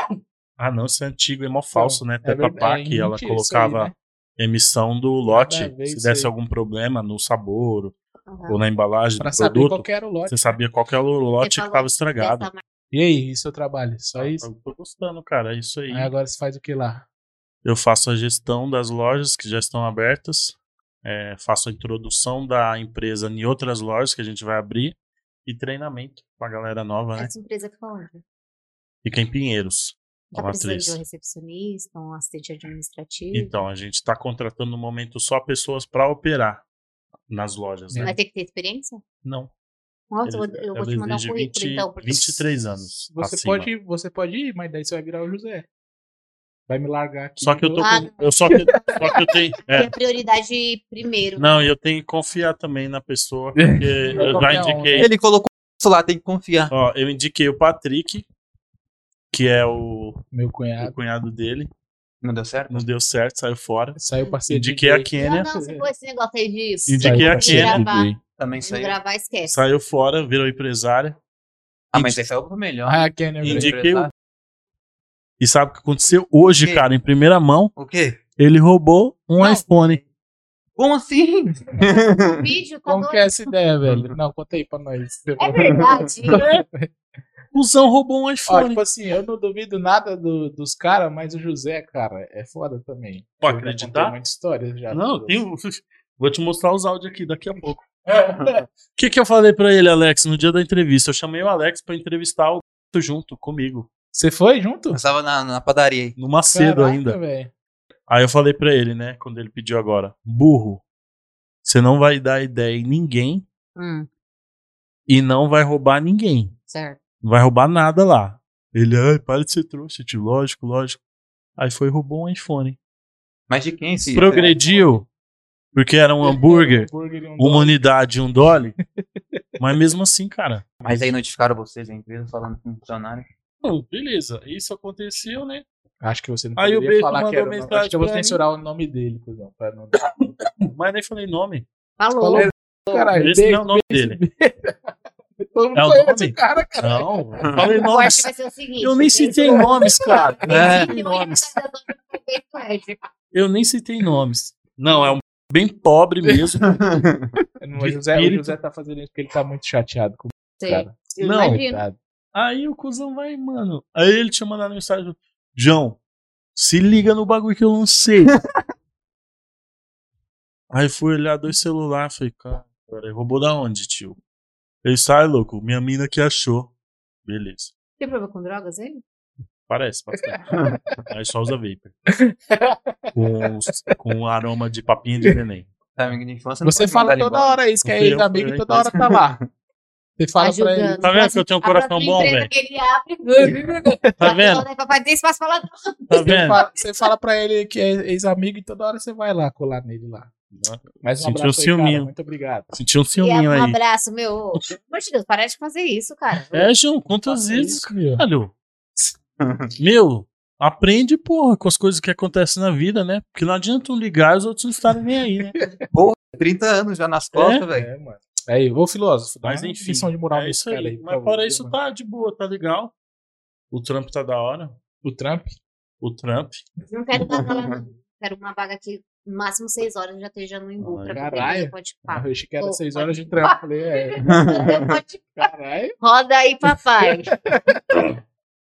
Speaker 4: Ah, não, isso é antigo, é mó falso, né?
Speaker 1: É
Speaker 4: Teta
Speaker 1: verdade,
Speaker 4: Pak,
Speaker 1: é
Speaker 4: ela
Speaker 1: mentira isso
Speaker 4: colocava
Speaker 1: aí, né?
Speaker 4: emissão do lote.
Speaker 1: Nada a ver
Speaker 4: Se
Speaker 1: isso
Speaker 4: desse
Speaker 1: aí.
Speaker 4: algum problema no sabor
Speaker 3: Aham.
Speaker 4: ou na embalagem
Speaker 1: Pra
Speaker 4: do
Speaker 1: saber
Speaker 4: produto,
Speaker 1: qual que era o lote.
Speaker 4: você sabia qual que era o lote que
Speaker 3: falou
Speaker 4: estava estragado.
Speaker 3: Dessa marca,
Speaker 1: E aí, e seu trabalho? Só isso?
Speaker 4: Eu tô gostando, cara, é isso aí.
Speaker 1: Aí agora você faz o que lá?
Speaker 4: Eu faço a gestão das lojas que já estão abertas, é, faço a introdução da empresa em outras lojas que a gente vai abrir e treinamento pra galera nova, né?
Speaker 3: Essa empresa fica onde?
Speaker 4: Fica em Pinheiros,
Speaker 3: Tá
Speaker 4: uma
Speaker 3: precisando
Speaker 4: atriz.
Speaker 3: de um recepcionista, um assistente administrativo.
Speaker 4: Então, a gente tá contratando no momento só pessoas pra operar nas lojas, né?
Speaker 3: Vai ter que ter experiência?
Speaker 4: Não.
Speaker 3: Nossa, eu vou-
Speaker 4: ele-
Speaker 3: eu vou
Speaker 4: ela
Speaker 3: te mandar um
Speaker 4: exige
Speaker 3: currículo,
Speaker 4: 20,
Speaker 3: então. Porque...
Speaker 4: 23 anos.
Speaker 1: Você
Speaker 4: acima.
Speaker 1: pode, você pode ir, mas daí você vai virar o José. Vai me largar aqui.
Speaker 4: Só que eu tô
Speaker 3: Ah,
Speaker 4: com. Eu só que, só que eu tenho.
Speaker 3: Tem
Speaker 4: É,
Speaker 3: a prioridade primeiro.
Speaker 4: não, eu tenho que confiar também na pessoa, porque eu já
Speaker 1: qualquer um,
Speaker 4: indiquei.
Speaker 2: Ele colocou isso lá, tem que confiar.
Speaker 4: Ó, eu indiquei o Patrick, que é o,
Speaker 1: Meu
Speaker 4: o
Speaker 1: cunhado
Speaker 4: cunhado dele.
Speaker 2: Não deu certo?
Speaker 4: Não deu certo, saiu fora.
Speaker 1: saiu pra ser
Speaker 4: Indiquei
Speaker 1: DJ.
Speaker 4: a Kênia.
Speaker 3: Não, não, se for esse negócio aí de
Speaker 4: Indiquei né?
Speaker 1: Saiu
Speaker 3: Kenia.
Speaker 4: a Kênia.
Speaker 3: gravar, não
Speaker 2: Também saiu.
Speaker 3: gravar, esquece.
Speaker 4: Saiu fora, virou empresária.
Speaker 2: Ah, mas aí saiu pro melhor.
Speaker 1: Ah, a Kenia, eu
Speaker 4: Indiquei
Speaker 2: Empresário.
Speaker 4: o- E sabe o que aconteceu hoje,
Speaker 2: Que?
Speaker 4: cara, em primeira mão?
Speaker 2: O quê?
Speaker 4: Ele roubou um
Speaker 2: Não.
Speaker 4: iPhone.
Speaker 2: Como assim?
Speaker 3: Vídeo, tá
Speaker 1: Como
Speaker 3: doido?
Speaker 1: que é essa ideia, velho? Não, conta aí pra nós.
Speaker 3: É verdade.
Speaker 4: O Cusão roubou um
Speaker 1: Ó,
Speaker 4: iPhone.
Speaker 1: tipo assim, eu não duvido nada do- dos caras, mas o José, cara, é foda também. Eu já
Speaker 4: Pode
Speaker 1: contei
Speaker 4: acreditar?
Speaker 1: Muita história já.
Speaker 4: Não, um eu tenho. Vou te mostrar os áudios aqui daqui a pouco. O que, que eu falei pra ele, Alex, no dia da entrevista? Eu chamei o Alex pra entrevistar o junto comigo,
Speaker 1: Você foi junto?
Speaker 2: Eu tava na, na padaria aí.
Speaker 4: numa cedo
Speaker 1: Caraca,
Speaker 4: ainda.
Speaker 1: velho.
Speaker 4: Aí eu falei pra ele, né, quando ele pediu agora, burro, você não vai dar ideia em ninguém
Speaker 3: Hum,
Speaker 4: e não vai roubar ninguém.
Speaker 3: certo.
Speaker 4: Não vai roubar nada lá. Ele, ai, para de ser trouxa, tio, lógico, lógico. Aí foi e roubou um iPhone.
Speaker 2: Mas de quem esse?
Speaker 4: Progrediu, porque era um hambúrguer,
Speaker 1: Hambúrguer e um
Speaker 4: uma
Speaker 1: dólar.
Speaker 4: unidade e um dólar. Mas mesmo assim, cara.
Speaker 2: É, Mas aí notificaram vocês, a empresa, falando com o funcionário.
Speaker 4: Não, beleza, isso aconteceu, né?
Speaker 1: Acho que você não
Speaker 4: Aí o
Speaker 1: poderia
Speaker 4: Bacon
Speaker 1: falar que
Speaker 4: mandou
Speaker 1: era o nome.
Speaker 4: mensagem
Speaker 1: Acho que eu vou
Speaker 4: pra mim. Tá
Speaker 1: censurar o nome dele, cuzão, pra não
Speaker 4: Mas nem falei nome.
Speaker 3: Falou.
Speaker 1: Falou, caralho.
Speaker 4: Esse não é
Speaker 1: beijo,
Speaker 4: o nome dele.
Speaker 1: Todo mundo
Speaker 4: É o
Speaker 1: conhece
Speaker 4: nome?
Speaker 1: o cara, cara.
Speaker 4: Não, falei
Speaker 3: O
Speaker 4: nome.
Speaker 3: corte vai ser o seguinte.
Speaker 4: Eu nem citei nomes, cara.
Speaker 2: É.
Speaker 4: Nem nomes.
Speaker 3: É.
Speaker 4: Eu nem citei nomes. Não, é um bem pobre mesmo.
Speaker 1: O José, o
Speaker 4: espírito.
Speaker 1: José tá fazendo isso porque ele tá muito chateado com o
Speaker 3: Sei.
Speaker 1: cara.
Speaker 3: Eu
Speaker 4: Não.
Speaker 3: imagino.
Speaker 1: Coitado.
Speaker 4: Aí o cuzão vai, mano. Aí ele tinha mandado mensagem: João, se liga no bagulho que eu lancei. Aí fui olhar dois celulares, falei, cara, peraí, roubou da onde, tio? Ele sai, louco, minha mina que achou. Beleza.
Speaker 3: Tem problema com drogas, hein?
Speaker 4: Parece bastante. Aí só usa vapor. Com, com aroma de papinha de neném.
Speaker 2: Tá, amigo de infância. não
Speaker 1: Você
Speaker 2: pode
Speaker 1: fala
Speaker 2: mandar ele
Speaker 1: toda
Speaker 2: embora.
Speaker 1: hora isso, que é
Speaker 4: Não fui eu,
Speaker 1: ex-amigo
Speaker 4: fui eu,
Speaker 1: e toda hora tá lá. Você fala pra ele.
Speaker 3: Ajudando.
Speaker 4: Tá vendo que eu tenho um
Speaker 3: A próxima
Speaker 4: coração bom,
Speaker 3: empresa
Speaker 4: velho?
Speaker 3: que Ele abre.
Speaker 4: Tá vendo?
Speaker 3: né, Papai tem espaço pra falar.
Speaker 4: Tá
Speaker 1: Você
Speaker 4: vendo?
Speaker 1: fala, você fala pra ele que é ex-amigo e toda hora você vai lá colar nele lá. Mas um abraço
Speaker 4: Sentiu
Speaker 1: aí, cara.
Speaker 4: ciúminho.
Speaker 1: Muito obrigado.
Speaker 4: Senti um
Speaker 3: E
Speaker 4: ciúminho
Speaker 3: é um
Speaker 4: aí.
Speaker 3: abraço, meu. Pelo amor de Deus, para de fazer isso, cara.
Speaker 4: É, João, quantas vezes,
Speaker 1: Isso, meu.
Speaker 4: Caralho. Meu, aprende, porra, com as coisas que acontecem na vida, né? Porque não adianta um ligar e os outros não estarem nem aí, né?
Speaker 2: 30 anos já nas costas, velho.
Speaker 1: É, mano. Aí, ô filósofo, dá
Speaker 4: Mas
Speaker 1: uma
Speaker 4: enfim.
Speaker 1: lição de moral
Speaker 4: é
Speaker 1: nesse
Speaker 4: isso tá-
Speaker 1: cara
Speaker 4: aí.
Speaker 1: por
Speaker 4: Mas
Speaker 1: favor,
Speaker 4: fora
Speaker 1: viu,
Speaker 4: isso,
Speaker 1: mano?
Speaker 4: tá de boa, tá legal. O trampo tá da hora.
Speaker 1: O Trump
Speaker 4: o Trump.
Speaker 3: Não quero vaga lá, não. Quero uma vaga que no máximo seis horas já esteja no Imbu.
Speaker 4: Ai,
Speaker 3: pra poder
Speaker 1: caralho.
Speaker 3: ver o pode
Speaker 1: Ah,
Speaker 3: pá.
Speaker 1: eu achei que era
Speaker 3: Pô,
Speaker 1: 6
Speaker 3: pode-
Speaker 1: horas de trampo. Falei, é.
Speaker 3: Pode-
Speaker 1: Caralho,
Speaker 3: Roda aí, papai.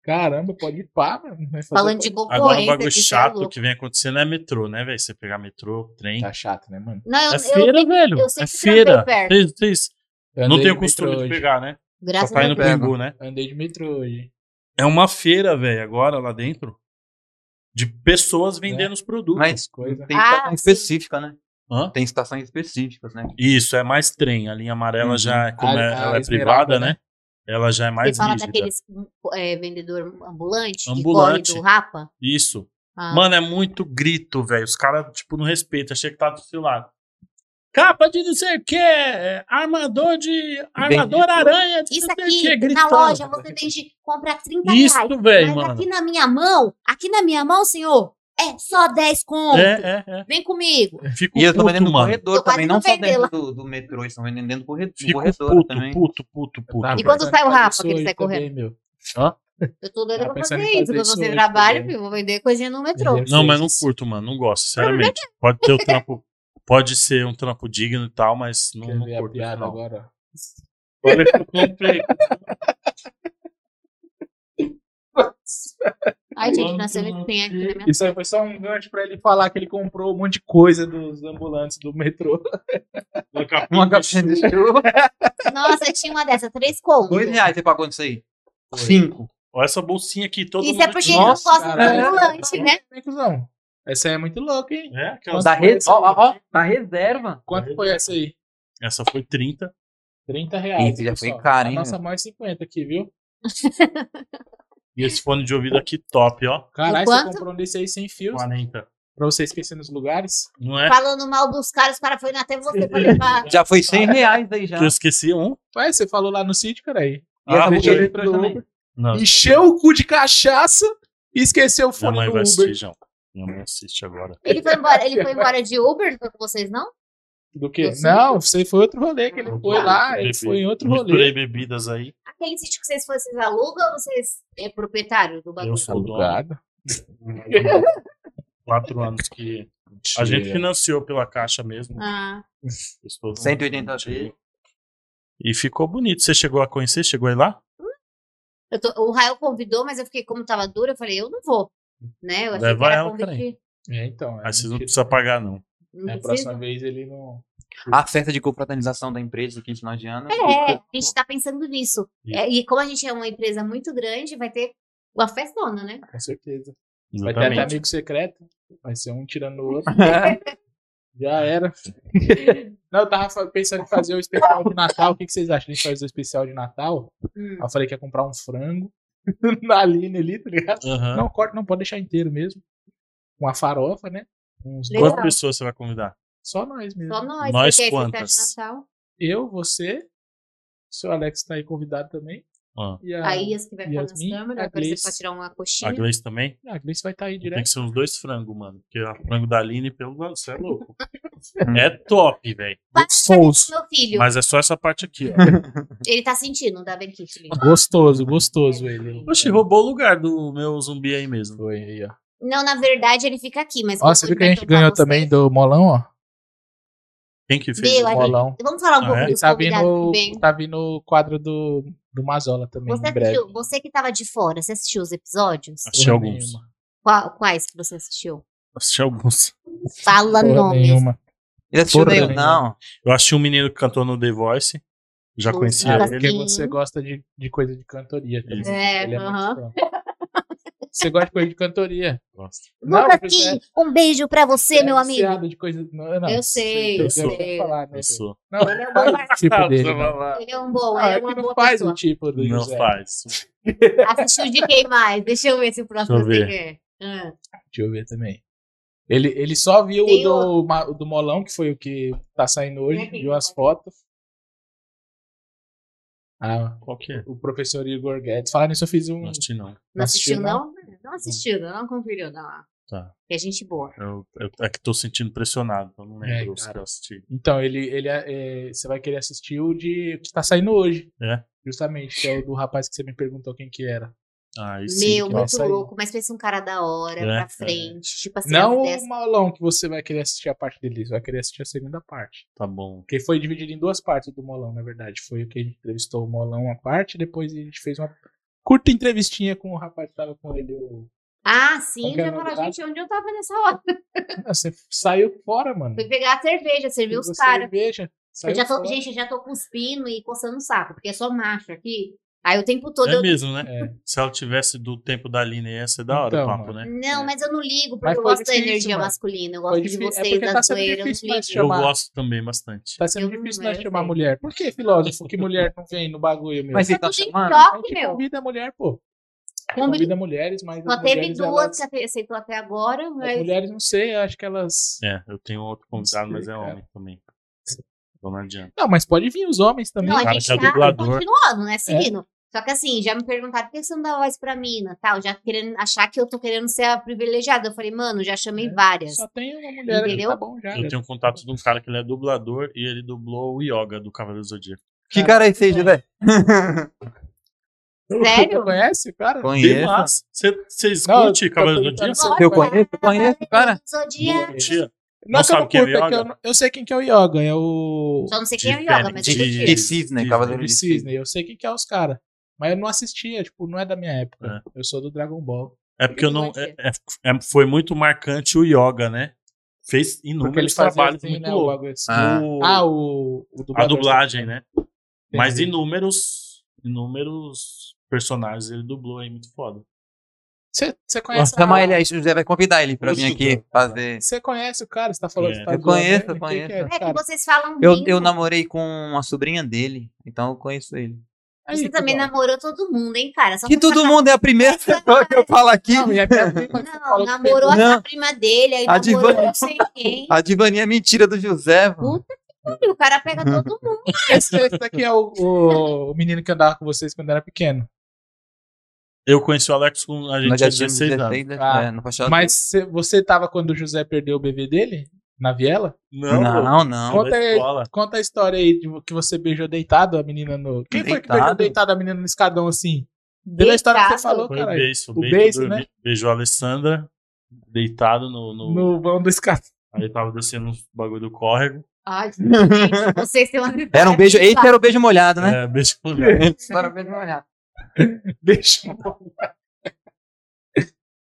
Speaker 1: caramba, pode ir pá, mano. Vai fazer
Speaker 3: Falando
Speaker 1: pode-
Speaker 3: de concorrência.
Speaker 4: Agora, um bagulho
Speaker 3: que isso é
Speaker 4: chato
Speaker 3: louco.
Speaker 4: que vem acontecendo é metrô, né, velho? Você pegar metrô, trem.
Speaker 1: Tá chato, né, mano?
Speaker 3: Não, eu,
Speaker 4: É
Speaker 3: eu
Speaker 4: feira,
Speaker 3: sempre-
Speaker 4: velho.
Speaker 3: eu
Speaker 4: É
Speaker 3: sempre
Speaker 4: feira.
Speaker 3: trampei perto.
Speaker 4: Fez- fez.
Speaker 1: Eu
Speaker 4: Não
Speaker 1: andei
Speaker 4: tenho
Speaker 1: de metrô
Speaker 4: costume de
Speaker 1: hoje.
Speaker 4: pegar, né?
Speaker 3: Graças
Speaker 4: Só tá
Speaker 3: a
Speaker 4: indo pro
Speaker 2: pego.
Speaker 4: Imbu, né?
Speaker 1: Andei de metrô hoje.
Speaker 4: É uma feira, velho, agora lá dentro, de pessoas
Speaker 1: Né?
Speaker 4: vendendo os produtos.
Speaker 2: Mas
Speaker 1: coisa.
Speaker 2: tem
Speaker 3: Ah,
Speaker 2: estação
Speaker 3: sim.
Speaker 2: específica, né?
Speaker 4: Hã?
Speaker 2: Tem estações específicas, né?
Speaker 4: Isso, é mais trem. A linha amarela
Speaker 2: Uhum.
Speaker 4: já é, como
Speaker 3: Ah,
Speaker 1: A-
Speaker 4: é-
Speaker 1: a
Speaker 4: ela é
Speaker 1: Esmeralda,
Speaker 4: privada, né? Ela já é
Speaker 3: Você
Speaker 4: mais
Speaker 3: fala
Speaker 4: rígida.
Speaker 3: daqueles é, vendedor ambulante,
Speaker 4: Ambulante.
Speaker 3: que corre do rapa?
Speaker 4: Isso.
Speaker 3: Ah,
Speaker 4: Mano, é muito grito, velho. Os caras, tipo, não respeitam. Achei que tá do seu lado. Capa de não sei o que, armador de. Armador
Speaker 2: Bendito.
Speaker 4: aranha de
Speaker 3: isso
Speaker 4: não sei o é que,
Speaker 3: aqui, na
Speaker 4: gritando. é
Speaker 3: loja, você vende, compra 30 reais.
Speaker 4: Isso,
Speaker 3: Mas
Speaker 4: velho, mano.
Speaker 3: aqui na minha mão, aqui na minha mão, senhor, é só 10 conto.
Speaker 4: É, é,
Speaker 3: Vem comigo.
Speaker 4: é. Fico
Speaker 2: E eles estão
Speaker 4: puto,
Speaker 2: vendendo no
Speaker 4: mano.
Speaker 3: Eu
Speaker 2: corredor
Speaker 3: quase
Speaker 2: também,
Speaker 3: não
Speaker 2: não só
Speaker 3: vendei lá.
Speaker 2: dentro do, do metrô, eles estão vendendo dentro do corredor, no
Speaker 4: Fico
Speaker 2: corredor
Speaker 4: puto,
Speaker 2: também.
Speaker 4: puto, puto, puto.
Speaker 1: Tava
Speaker 3: E quando
Speaker 1: pensando
Speaker 3: sai o
Speaker 1: em fazer
Speaker 3: Rafa,
Speaker 1: isso
Speaker 3: que ele
Speaker 1: hoje
Speaker 3: sai
Speaker 1: também,
Speaker 3: correndo?
Speaker 1: meu.
Speaker 3: Eu tô doida
Speaker 4: Tá
Speaker 1: Tava
Speaker 3: pra
Speaker 1: pensando
Speaker 3: fazer
Speaker 1: em
Speaker 3: isso.
Speaker 1: fazer
Speaker 3: Quando
Speaker 1: isso
Speaker 3: você
Speaker 1: hoje
Speaker 3: virar bar,
Speaker 1: também.
Speaker 3: eu vou vender coisinha no metrô.
Speaker 1: Vendeu.
Speaker 4: Não, mas não
Speaker 1: vocês.
Speaker 4: curto, mano. Não gosto, sinceramente. Pode ter o trampo. Pode ser um trampo digno e tal, mas não,
Speaker 1: Quer
Speaker 4: não
Speaker 1: ver a
Speaker 4: curto. isso,
Speaker 1: piada
Speaker 4: Não.
Speaker 1: agora?
Speaker 4: Olha que eu comprei.
Speaker 3: Ai, gente,
Speaker 4: Quanto
Speaker 3: nasceu ele
Speaker 4: não
Speaker 3: tem aqui na minha
Speaker 1: Isso aí foi só um gancho pra ele falar que ele comprou um monte de coisa dos ambulantes do metrô.
Speaker 4: Uma capinha
Speaker 2: Uma
Speaker 4: de
Speaker 2: capinha de chuva.
Speaker 3: Nossa, eu tinha uma dessa, três contos.
Speaker 2: Dois reais você pagou nisso aí. Cinco.
Speaker 4: Olha essa bolsinha aqui, todo
Speaker 3: Isso
Speaker 4: mundo
Speaker 3: é porque ele
Speaker 4: tinha.
Speaker 3: não
Speaker 2: Nossa,
Speaker 3: gosta do
Speaker 1: caralho.
Speaker 3: ambulante, né?
Speaker 1: Né, cuzão? Essa aí é muito louca, hein?
Speaker 4: É, aquelas...
Speaker 2: Da
Speaker 1: foi
Speaker 2: re...
Speaker 1: essa
Speaker 2: Então, ó,
Speaker 1: aí?
Speaker 2: ó, ó, da reserva.
Speaker 1: Quanto foi essa aí?
Speaker 4: Essa foi 30.
Speaker 1: 30 reais.
Speaker 2: Ih, já foi
Speaker 1: pessoal.
Speaker 2: caro, hein,
Speaker 1: A nossa mais 50 aqui, viu?
Speaker 4: E esse fone de ouvido aqui, top, ó.
Speaker 1: Caralho, você
Speaker 3: quanto?
Speaker 1: comprou um desse aí sem fios
Speaker 4: 40.
Speaker 1: pra você esquecer nos lugares?
Speaker 4: Não é?
Speaker 3: Falando mal dos caras, os caras foram até você pra levar.
Speaker 2: Já foi 100 reais aí já.
Speaker 4: Que eu esqueci um.
Speaker 1: Ué, você falou lá no sítio, caralho.
Speaker 2: E essa
Speaker 4: Ah,
Speaker 2: mochila
Speaker 1: foi.
Speaker 2: ele trouxe também.
Speaker 4: Não,
Speaker 1: Encheu o cu de cachaça e esqueceu o
Speaker 4: minha
Speaker 1: fone
Speaker 4: mãe
Speaker 1: do Uber.
Speaker 4: vai assistir, João. Minha mãe assiste agora.
Speaker 3: Ele foi embora, ele foi embora de Uber, não foi com vocês, não?
Speaker 1: Do que?
Speaker 3: Do sítio.
Speaker 1: Não, você foi outro rolê que ele
Speaker 3: Ah,
Speaker 1: foi
Speaker 3: tá.
Speaker 1: lá, ele
Speaker 4: Bebi-
Speaker 1: foi em outro
Speaker 4: Misturei
Speaker 1: rolê.
Speaker 4: bebidas aí.
Speaker 3: Aquele sítio que vocês foram, vocês alugam ou vocês é proprietário do bagulho?
Speaker 4: Eu
Speaker 1: um
Speaker 4: sou dono. Quatro anos que. A gente financiou pela caixa mesmo.
Speaker 3: Ah,
Speaker 4: Fez todo um-
Speaker 2: 180 vezes.
Speaker 4: E ficou bonito. Você chegou a conhecer? Chegou aí lá?
Speaker 3: eu tô- o Rael convidou, mas eu fiquei, como tava dura, eu falei, eu não vou. Né? Eu achei
Speaker 4: Leva
Speaker 3: que era
Speaker 4: ela,
Speaker 3: convite.
Speaker 1: É, então. é
Speaker 4: Aí Ah, vocês não
Speaker 1: mentira.
Speaker 4: precisam pagar, não.
Speaker 1: É,
Speaker 3: Não
Speaker 1: a
Speaker 3: precisa.
Speaker 1: próxima vez ele não.
Speaker 2: A festa de confraternização da empresa aqui no final de ano.
Speaker 3: É, a gente tá pensando nisso.
Speaker 4: E-
Speaker 3: É, e como a gente é uma empresa muito grande, vai ter uma festona, né?
Speaker 1: Com certeza. Vai ter até
Speaker 4: Exatamente.
Speaker 1: amigo secreto. Vai ser um tirando o outro. Já era. Não, eu tava fa- pensando em fazer o especial de Natal. O que que vocês acham? A gente faz o especial de Natal.
Speaker 3: Hum.
Speaker 1: Aí Eu falei que ia comprar um frango na Aline ali, tá ligado?
Speaker 4: Aham.
Speaker 1: Não, corta, não pode deixar inteiro mesmo. Uma farofa, né? Uns
Speaker 3: Legal.
Speaker 4: Quantas pessoas você vai convidar?
Speaker 1: Só nós mesmo.
Speaker 3: Só nós,
Speaker 4: Nós
Speaker 3: porque é
Speaker 4: quantas?
Speaker 3: festa de Natal.
Speaker 1: Eu, você, seu Alex tá aí convidado também.
Speaker 4: Ah.
Speaker 1: E a,
Speaker 3: Aí as que vai ficar nas
Speaker 1: Yasmin,
Speaker 3: câmeras,
Speaker 1: a
Speaker 3: agora você
Speaker 1: Gleice.
Speaker 3: pode tirar uma
Speaker 4: A
Speaker 3: coxinha.
Speaker 4: Gleice também?
Speaker 1: a Gleice vai estar aí
Speaker 4: Tem
Speaker 1: direto.
Speaker 4: que ser uns dois frangos, mano. Porque o frango da Aline, pelo você é louco. é top, velho.
Speaker 3: Para
Speaker 1: Muito
Speaker 3: fazer
Speaker 1: sons.
Speaker 3: isso, tá meu filho.
Speaker 4: Mas é só essa parte aqui, ó.
Speaker 3: Ele tá sentindo, tá bem Kitty.
Speaker 1: Gostoso, gostoso
Speaker 3: É.
Speaker 1: ele. É.
Speaker 4: Oxi, roubou o lugar do meu zumbi aí mesmo.
Speaker 1: Foi aí, ó. Ó,
Speaker 3: Não, na verdade, ele fica aqui, mas.
Speaker 1: você viu que a gente ganhou também do Molão, ó?
Speaker 4: Quem que fez?
Speaker 3: Deu,
Speaker 4: isso?
Speaker 3: a
Speaker 1: Molão.
Speaker 3: Vamos falar um
Speaker 4: Ah,
Speaker 3: pouco
Speaker 4: é?
Speaker 1: E
Speaker 3: dos
Speaker 1: tá
Speaker 3: convidados
Speaker 1: vindo,
Speaker 3: que vem.
Speaker 1: tá vindo o quadro do, do Mazola também,
Speaker 3: Você,
Speaker 1: em breve. Ah.
Speaker 3: assistiu, você que tava de fora, você assistiu os episódios?
Speaker 4: Assisti
Speaker 1: Porra
Speaker 4: alguns.
Speaker 1: nenhuma.
Speaker 3: Qua- quais que você assistiu?
Speaker 4: Assisti alguns.
Speaker 3: Fala
Speaker 1: Porra
Speaker 3: nomes.
Speaker 1: nenhuma.
Speaker 2: Ele assistiu
Speaker 1: Porra,
Speaker 2: nenhum,
Speaker 1: velho.
Speaker 2: não.
Speaker 4: Eu achei um menino que cantou no The Voice. Já
Speaker 3: Nossa.
Speaker 4: conhecia
Speaker 1: Ah,
Speaker 3: Lucas
Speaker 1: porque
Speaker 4: ele.
Speaker 3: Sim.
Speaker 1: você gosta de, de coisa de cantoria também. né?
Speaker 4: Isso.
Speaker 3: É,
Speaker 1: Ele muito
Speaker 3: aham.
Speaker 1: fã. Você gosta de coisa de cantoria.
Speaker 4: Gosto.
Speaker 1: Não,
Speaker 3: Lucas
Speaker 1: você é-
Speaker 3: Kim, um beijo pra você,
Speaker 1: é
Speaker 3: meu amigo.
Speaker 1: viciado de coisa- não, não,
Speaker 3: Eu
Speaker 1: você
Speaker 3: sei,
Speaker 1: entendeu
Speaker 4: eu
Speaker 1: o que
Speaker 3: sei.
Speaker 1: quero falar, né,
Speaker 4: Eu sou. Ah,
Speaker 1: Não, ele é um bom tipo dele. Não,
Speaker 3: Ele é um bom,
Speaker 1: Ah,
Speaker 3: ele é
Speaker 1: é que
Speaker 3: uma
Speaker 1: não
Speaker 3: boa
Speaker 1: faz
Speaker 3: pessoa.
Speaker 1: o tipo do
Speaker 4: Não
Speaker 1: José.
Speaker 4: faz.
Speaker 3: Assistiu de quem mais? Deixa eu ver se o próximo
Speaker 4: Deixa
Speaker 3: você
Speaker 4: eu ver.
Speaker 3: quer. Ah,
Speaker 1: Deixa eu ver também. Ele, ele só viu
Speaker 3: Tem É,
Speaker 1: o do, ma- o do Molão, que foi o que tá saindo hoje,
Speaker 3: Não tem
Speaker 1: viu as
Speaker 3: como.
Speaker 1: fotos. Ah,
Speaker 4: Qual que é?
Speaker 1: o professor Igor Guedes. Falando nisso, eu fiz um.
Speaker 4: Não assisti, não.
Speaker 3: não
Speaker 1: assistiu,
Speaker 3: assistiu, não? Não assistiu, não, não conferiu, não.
Speaker 4: Tá.
Speaker 3: Que é gente boa.
Speaker 4: Eu, eu- é que tô sentindo pressionado. Eu não
Speaker 1: É,
Speaker 4: lembro se
Speaker 1: cara.
Speaker 4: eu assisti.
Speaker 1: Então, ele, ele é, é, você vai querer assistir o de que tá saindo hoje.
Speaker 4: É?
Speaker 1: Justamente, que é o do rapaz que você me perguntou quem que era.
Speaker 4: Aí
Speaker 3: Meu,
Speaker 4: Ah, sim. que-
Speaker 1: vai
Speaker 3: muito
Speaker 1: sair.
Speaker 3: louco, mas pensa um cara da hora,
Speaker 4: É,
Speaker 3: pra
Speaker 4: é.
Speaker 3: frente. Tipo assim,
Speaker 1: Não
Speaker 3: as
Speaker 1: o
Speaker 3: dez-
Speaker 1: malão que você vai querer assistir a parte dele, você vai querer assistir a segunda parte.
Speaker 4: Tá bom.
Speaker 1: Porque foi dividido em duas partes do Molão, na verdade. Foi o que ele entrevistou o Molão uma parte, depois a gente fez uma curta entrevistinha com o rapaz que tava com ele. o-
Speaker 3: Ah, sim,
Speaker 1: Qual que é
Speaker 3: já
Speaker 1: o nome
Speaker 3: falou,
Speaker 1: do
Speaker 3: gente, onde eu tava nessa hora?
Speaker 1: Ah, Você saiu fora, mano.
Speaker 3: Fui pegar a cerveja, servir
Speaker 1: Pegou
Speaker 3: os caras.
Speaker 1: cerveja,
Speaker 3: Eu
Speaker 1: saiu
Speaker 3: já tô,
Speaker 1: fora.
Speaker 3: gente, eu já tô cuspindo e coçando o saco, porque é só macho aqui. Aí o tempo todo
Speaker 4: É
Speaker 3: eu.
Speaker 4: mesmo, né?
Speaker 1: É.
Speaker 4: Se ela tivesse do tempo da Aline, ia ser da hora
Speaker 1: Então,
Speaker 4: o papo,
Speaker 1: mano.
Speaker 4: né?
Speaker 3: Não,
Speaker 1: É.
Speaker 3: mas eu não ligo, porque
Speaker 1: Mas
Speaker 3: eu
Speaker 1: foi
Speaker 3: gosto da
Speaker 1: difícil,
Speaker 3: energia
Speaker 1: mano.
Speaker 3: masculina, eu
Speaker 1: Foi
Speaker 3: gosto
Speaker 1: difícil.
Speaker 3: de
Speaker 1: É
Speaker 3: vocês,
Speaker 1: porque tá
Speaker 3: da
Speaker 1: sendo
Speaker 3: zoeira, eu não
Speaker 1: difícil
Speaker 3: ligo.
Speaker 1: mais
Speaker 4: Eu
Speaker 1: Chamar.
Speaker 4: gosto também bastante.
Speaker 1: Tá sendo
Speaker 3: Eu não é,
Speaker 1: difícil nós
Speaker 3: sei.
Speaker 1: chamar mulher. Por que, filósofo, que mulher não vem no bagulho mesmo?
Speaker 2: Mas
Speaker 3: Tá
Speaker 2: ele tá
Speaker 3: tudo em
Speaker 2: chamando?
Speaker 1: a
Speaker 3: choque,
Speaker 1: gente
Speaker 3: meu.
Speaker 1: convida a mulher, pô.
Speaker 3: Combi-
Speaker 1: Convida mulheres, mas
Speaker 3: Só
Speaker 1: as
Speaker 3: teve
Speaker 1: mulheres,
Speaker 3: duas
Speaker 1: elas-
Speaker 3: que aceitou até agora,
Speaker 1: as
Speaker 3: mas.
Speaker 1: mulheres, não sei, eu acho que elas...
Speaker 4: É, eu tenho outro convidado, mas é
Speaker 1: Cara.
Speaker 4: homem também. Então não adianta.
Speaker 1: Não, mas pode vir os homens também. né? É.
Speaker 3: Não, a
Speaker 4: cara
Speaker 3: gente
Speaker 4: que é
Speaker 3: tá
Speaker 4: dublador.
Speaker 3: continuando, né? Seguindo. Só que assim, já me perguntaram por que você não dá voz pra mina, tal. Já querendo achar que eu tô querendo ser a privilegiada. Eu falei, mano, já chamei
Speaker 1: É.
Speaker 3: várias.
Speaker 1: Só tem uma mulher aqui,
Speaker 3: Entendeu?
Speaker 1: tá bom já.
Speaker 4: Eu tenho contato de um cara que ele é dublador e ele dublou o Yoga do Cavaleiro do Zodíaco.
Speaker 2: Que cara é esse aí, José?
Speaker 3: Sério?
Speaker 1: Você conhece, cara?
Speaker 2: Conheço.
Speaker 4: Você
Speaker 1: Não, eu
Speaker 4: escute
Speaker 1: tô
Speaker 4: Cavaleiro do
Speaker 1: perguntando
Speaker 4: Zodíaco?
Speaker 1: se-
Speaker 2: Eu conheço, eu conheço, cara.
Speaker 3: Zodíaco.
Speaker 4: Curtia?
Speaker 1: Não, que
Speaker 4: Não
Speaker 1: eu
Speaker 4: sabe
Speaker 1: não
Speaker 4: quem é o
Speaker 1: curto, é que eu,
Speaker 4: Yoga?
Speaker 1: não- eu sei quem que é o Yoga, é o...
Speaker 3: Só não sei quem é o
Speaker 4: De
Speaker 3: Yoga,
Speaker 4: Fênix,
Speaker 3: mas eu
Speaker 2: De,
Speaker 4: de-
Speaker 2: de
Speaker 3: curti.
Speaker 2: cisne,
Speaker 4: de-
Speaker 2: cavaleiro
Speaker 1: de
Speaker 2: de cisne.
Speaker 1: Cisne. Eu sei quem que é os caras. Mas eu não assistia, tipo, não é da minha época. Eu sou do Dragon Ball.
Speaker 4: É porque eu não.
Speaker 3: Curtia.
Speaker 4: é- é- é- foi muito marcante o Yoga, né? Fez
Speaker 1: Porque
Speaker 4: inúmeros
Speaker 1: eles faziam
Speaker 4: trabalhos
Speaker 1: assim,
Speaker 4: muito
Speaker 1: né, o
Speaker 4: loucos.
Speaker 1: bagulho assim.
Speaker 2: Ah.
Speaker 4: O-
Speaker 1: Ah, o, o
Speaker 4: a
Speaker 1: dublador- é.
Speaker 4: dublagem, né? Mas
Speaker 1: Entendi.
Speaker 4: inúmeros. Inúmeros personagens ele dublou aí, muito foda.
Speaker 1: Você você conhece,
Speaker 2: Chama
Speaker 1: a-
Speaker 2: ele aí, José vai convidar ele pra
Speaker 4: Eu
Speaker 2: vir
Speaker 4: sou
Speaker 2: aqui
Speaker 4: doido.
Speaker 2: fazer.
Speaker 1: você conhece o cara? Você tá falando que
Speaker 4: É.
Speaker 1: tá
Speaker 2: Eu
Speaker 1: zoando
Speaker 2: conheço,
Speaker 1: ele?
Speaker 2: eu
Speaker 1: Quem que
Speaker 2: conheço.
Speaker 1: é,
Speaker 3: É que
Speaker 1: cara?
Speaker 3: vocês falam
Speaker 2: Eu,
Speaker 3: bingo.
Speaker 2: eu namorei com a sobrinha dele, então eu conheço ele.
Speaker 1: Aí,
Speaker 3: Você
Speaker 1: que
Speaker 3: também
Speaker 1: bom.
Speaker 3: namorou todo mundo, hein, cara? Só
Speaker 2: é. Que
Speaker 3: pra
Speaker 2: todo
Speaker 3: sacar-
Speaker 2: mundo é a primeira pessoa que eu falo aqui.
Speaker 1: Não, e a minha prima que
Speaker 3: Não,
Speaker 1: falou que é.
Speaker 3: namorou
Speaker 2: Não.
Speaker 3: a prima dele, aí
Speaker 2: A
Speaker 3: namorou
Speaker 2: Divan-
Speaker 3: não sei quem.
Speaker 2: A divaninha é mentira do José. mano.
Speaker 3: Puta que pariu, o cara pega todo mundo.
Speaker 1: pegou. Esse, esse daqui é o, o, o menino que andava com vocês quando era pequeno.
Speaker 4: Eu conheci o Alex com a gente
Speaker 2: Nós
Speaker 4: tinha
Speaker 2: já tínhamos
Speaker 4: 16 anos.
Speaker 2: 16, né?
Speaker 1: Ah,
Speaker 2: É, no fachado.
Speaker 1: Mas cê- você tava quando o José perdeu o bebê dele? Na viela?
Speaker 4: Não, não,
Speaker 2: Não, não.
Speaker 1: Conta
Speaker 4: da
Speaker 1: aí.
Speaker 4: escola.
Speaker 1: Conta a história aí de vo- que você beijou deitado a menina no. Quem foi que
Speaker 2: Deitado?
Speaker 1: beijou deitado a menina no escadão assim? Teve a história que você
Speaker 3: Deitado.
Speaker 1: falou,
Speaker 4: Foi
Speaker 1: cara.
Speaker 4: o beijo.
Speaker 1: O
Speaker 4: O
Speaker 1: beijo,
Speaker 4: beijo,
Speaker 1: né?
Speaker 4: Beijou a Alessandra, deitado no. no...
Speaker 1: No vão do escadão.
Speaker 4: Aí eu tava descendo um bagulho do córrego.
Speaker 3: Ai, gente, vocês têm uma
Speaker 2: Era um beijo. Esse era o beijo molhado, né?
Speaker 4: É, beijo no lugar.
Speaker 2: Era o beijo molhado.
Speaker 1: Beijou.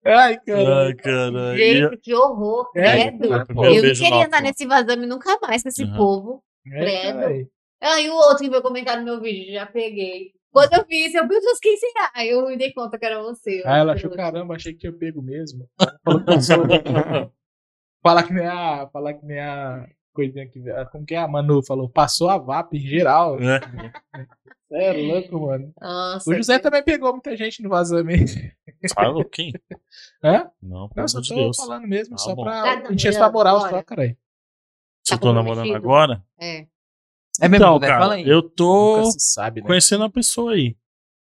Speaker 1: Ai, cara.
Speaker 4: Ai, cara. E eu-
Speaker 3: Gente, que horror,
Speaker 1: É,
Speaker 3: credo.
Speaker 1: cara,
Speaker 4: pô.
Speaker 1: É,
Speaker 3: eu
Speaker 4: Eu
Speaker 3: não
Speaker 4: beijo
Speaker 3: queria
Speaker 4: nosso.
Speaker 3: andar nesse vazame nunca mais com esse
Speaker 4: Uhum.
Speaker 3: povo. credo.
Speaker 1: É, caralho.
Speaker 3: Ah, e o outro que veio comentar no meu vídeo, já peguei. Quando eu vi isso, eu, meu Deus, quem será? Aí eu me dei conta que era você.
Speaker 1: Aí Ah, ela achou,
Speaker 3: Meu Deus.
Speaker 1: caramba, achei que tinha pego mesmo. Falou que eu sou-
Speaker 4: É.
Speaker 1: Falar que nem a. Falar que nem a coisinha que. a- Como que é? A Manu falou, passou a VAP em geral.
Speaker 4: É.
Speaker 1: Cê É louco, mano.
Speaker 3: Nossa,
Speaker 1: O José também pegou muita gente no vazamento.
Speaker 4: Fala quem?
Speaker 1: Hã?
Speaker 4: Tá Não, pelo
Speaker 1: Não, só
Speaker 4: amor de
Speaker 1: tô
Speaker 4: Deus.
Speaker 1: falando mesmo,
Speaker 4: Tá
Speaker 1: só
Speaker 4: bom.
Speaker 1: pra
Speaker 3: Tá
Speaker 1: encher sua
Speaker 3: namorando
Speaker 1: moral
Speaker 3: agora?
Speaker 1: só, caralho.
Speaker 4: Se eu
Speaker 3: Tá
Speaker 4: tô namorando
Speaker 3: comprometido?
Speaker 4: agora.
Speaker 3: é.
Speaker 2: É mesmo,
Speaker 4: Então,
Speaker 2: José? Fala
Speaker 4: cara,
Speaker 2: aí.
Speaker 4: eu tô
Speaker 1: Nunca se sabe, né?
Speaker 4: conhecendo a pessoa aí.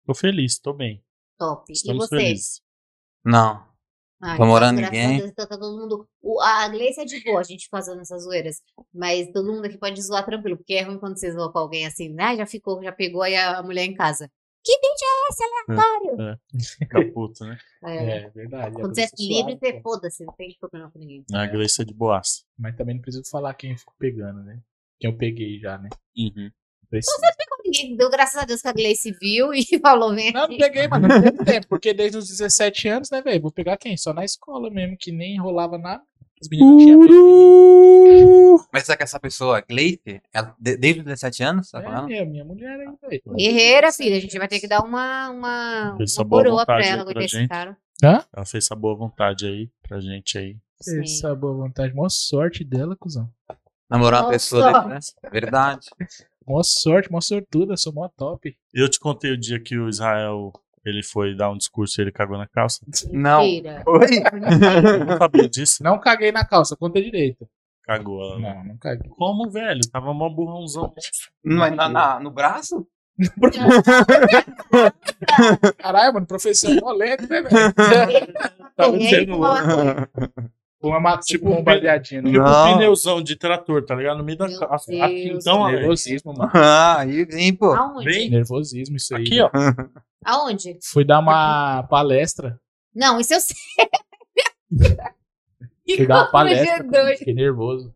Speaker 4: Tô feliz, tô bem.
Speaker 3: top.
Speaker 4: Estamos
Speaker 3: e você?
Speaker 4: felizes.
Speaker 2: Não.
Speaker 3: Ah,
Speaker 2: Tô morando
Speaker 3: graças
Speaker 2: ninguém.
Speaker 3: a Deus, tá, tá todo mundo. O, a Gleice é de boa, a gente fazendo essas zoeiras. Mas todo mundo aqui pode zoar tranquilo, porque é ruim quando você zoa com alguém assim, né? Já ficou, já pegou aí a, a mulher em casa. Que vídeo é esse aleatório?
Speaker 4: Fica puto, né?
Speaker 3: É.
Speaker 1: É, verdade.
Speaker 3: Quando você
Speaker 1: é
Speaker 3: é livre,
Speaker 1: suave,
Speaker 3: você
Speaker 1: pô.
Speaker 3: foda-se, não tem problema com ninguém.
Speaker 4: A Gleice é de boaça.
Speaker 1: Mas também não preciso falar quem eu fico pegando, né? Quem eu peguei já, né?
Speaker 2: Uhum.
Speaker 1: Não preciso.
Speaker 3: Ninguém deu graças a Deus que a Gleice viu e falou, vem
Speaker 1: Não, não
Speaker 3: aqui.
Speaker 1: peguei, mas não teve tempo. Porque desde os 17 anos, né, velho? Vou pegar quem? Só na escola mesmo, que nem rolava nada. As meninas tinham medo de
Speaker 2: Mas será que essa pessoa, Gleice, ela- de- desde os 17 anos, tá falando?
Speaker 1: mim. É, é, minha mulher aí, velho.
Speaker 3: Guerreira, filha, a gente vai ter que dar uma, uma,
Speaker 4: Fez
Speaker 3: uma
Speaker 4: uma boa
Speaker 3: coroa pra
Speaker 4: vontade
Speaker 3: ela,
Speaker 4: aí pra
Speaker 3: aguentar esse
Speaker 4: gente.
Speaker 3: cara.
Speaker 4: Ela fez essa boa vontade aí pra gente aí.
Speaker 3: um Sim.
Speaker 1: Essa boa vontade. Mó sorte dela, cuzão.
Speaker 2: Namorar uma
Speaker 3: Nossa.
Speaker 2: pessoa dessa, né? Verdade.
Speaker 1: Mó sorte, mó sortuda. Sou mó top.
Speaker 4: Eu te contei o dia que o Israel ele foi dar um discurso e ele cagou na calça.
Speaker 2: Não.
Speaker 3: Mentira.
Speaker 2: Oi?
Speaker 4: Eu não sabia disso.
Speaker 1: Não caguei na calça, conta direito.
Speaker 4: Cagou. ela.
Speaker 1: Não, não caguei.
Speaker 4: Como, velho? Tava mó burrãozão.
Speaker 2: Mas na, na- no braço?
Speaker 1: Caralho, mano, professor mó lento, né, velho? tá
Speaker 4: Tava
Speaker 3: Correu e
Speaker 4: dizendo
Speaker 3: falou uma coisa.
Speaker 1: Com uma, tipo, um baseadinho, né?
Speaker 2: Não.
Speaker 4: Tipo pneuzão de trator, tá ligado? No meio da
Speaker 3: Meu
Speaker 4: calça.
Speaker 3: Deus.
Speaker 4: Aqui, então, ó,
Speaker 1: Nervosismo, mano.
Speaker 2: Ah, aí sim, pô.
Speaker 3: Aonde?
Speaker 4: Bem-
Speaker 1: Nervosismo isso aí. né?
Speaker 4: aqui, ó.
Speaker 3: Aonde?
Speaker 1: Fui dar uma palestra.
Speaker 3: Não, isso eu sei. que
Speaker 1: Fui dar uma palestra.
Speaker 3: constrangedor.
Speaker 1: cara, Fiquei nervoso.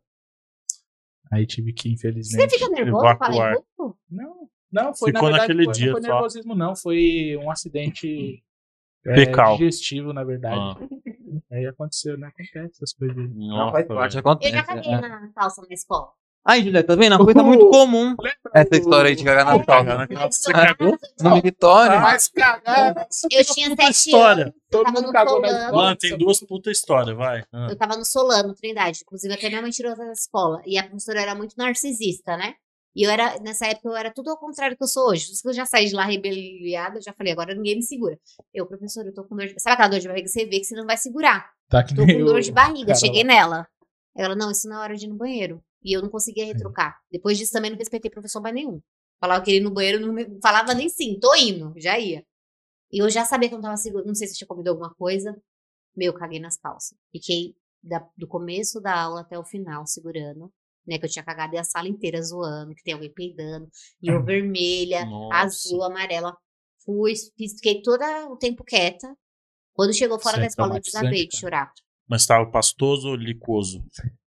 Speaker 1: Aí tive que,
Speaker 3: Você
Speaker 1: infelizmente.
Speaker 3: fica nervoso falar
Speaker 4: Evacuar.
Speaker 3: em público?
Speaker 1: Não, não, foi
Speaker 4: Ficou
Speaker 1: na verdade,
Speaker 4: naquele
Speaker 1: foi-
Speaker 4: dia
Speaker 1: Não foi
Speaker 4: só.
Speaker 1: nervosismo, não. Foi um acidente é,
Speaker 4: Uhum. Fecal.
Speaker 1: digestivo, na verdade.
Speaker 4: Ah,
Speaker 1: Aí aconteceu, né? Acontece essas coisas.
Speaker 2: Não, faz parte,
Speaker 4: nossa,
Speaker 2: acontece.
Speaker 3: Eu já caguei
Speaker 2: né?
Speaker 3: na calça na escola.
Speaker 2: Aí, Juliette, tá vendo? É uma coisa muito comum essa história aí de cagar na
Speaker 4: É.
Speaker 2: calça.
Speaker 4: na calça, você
Speaker 3: Mas eu-
Speaker 4: cagou?
Speaker 2: Nome Vitória.
Speaker 1: Mas
Speaker 3: é,
Speaker 1: cagada,
Speaker 3: Eu tinha
Speaker 4: puta
Speaker 3: sete
Speaker 4: história.
Speaker 3: anos.
Speaker 1: Ah, tá todo
Speaker 3: Tava
Speaker 1: mundo
Speaker 3: no
Speaker 1: cagou na
Speaker 3: solano.
Speaker 1: escola.
Speaker 4: Mano, tem duas puta histórias, vai. Ah,
Speaker 3: Eu tava no Solano, Trindade. Inclusive, até minha mãe tirou da escola. E a professora era muito narcisista, né? E eu era, nessa época, eu era tudo ao contrário do que eu sou hoje. Por isso que eu já saí de lá rebeliada, eu já falei, agora ninguém me segura. Eu, professor, eu tô com dor de Sabe aquela dor de barriga que você vê que você não vai segurar?
Speaker 1: Tá que
Speaker 3: Tô
Speaker 1: nem
Speaker 3: com dor
Speaker 1: eu-
Speaker 3: de barriga.
Speaker 1: Carol.
Speaker 3: Cheguei nela. Ela, não, isso não é hora de ir no banheiro. E eu não conseguia retrucar. Depois disso, também não respeitei professor mais nenhum. Falava que ele ia no banheiro, não me- falava nem sim, tô indo, já ia. E eu já sabia que eu não tava segura, não sei se eu tinha comido alguma coisa. Meu, caguei nas calças. Fiquei da- do começo da aula até o final segurando, né? Que eu tinha cagado e a sala inteira zoando, que tem alguém peidando. E eu vermelha,
Speaker 4: nossa.
Speaker 3: azul, amarela. Fui, fiz- fiquei todo o tempo quieta. Quando chegou fora
Speaker 1: Isso é
Speaker 3: da escola, eu
Speaker 1: traumatizante,
Speaker 3: desabei de
Speaker 1: cara.
Speaker 3: chorar.
Speaker 4: Mas tava pastoso ou licoso?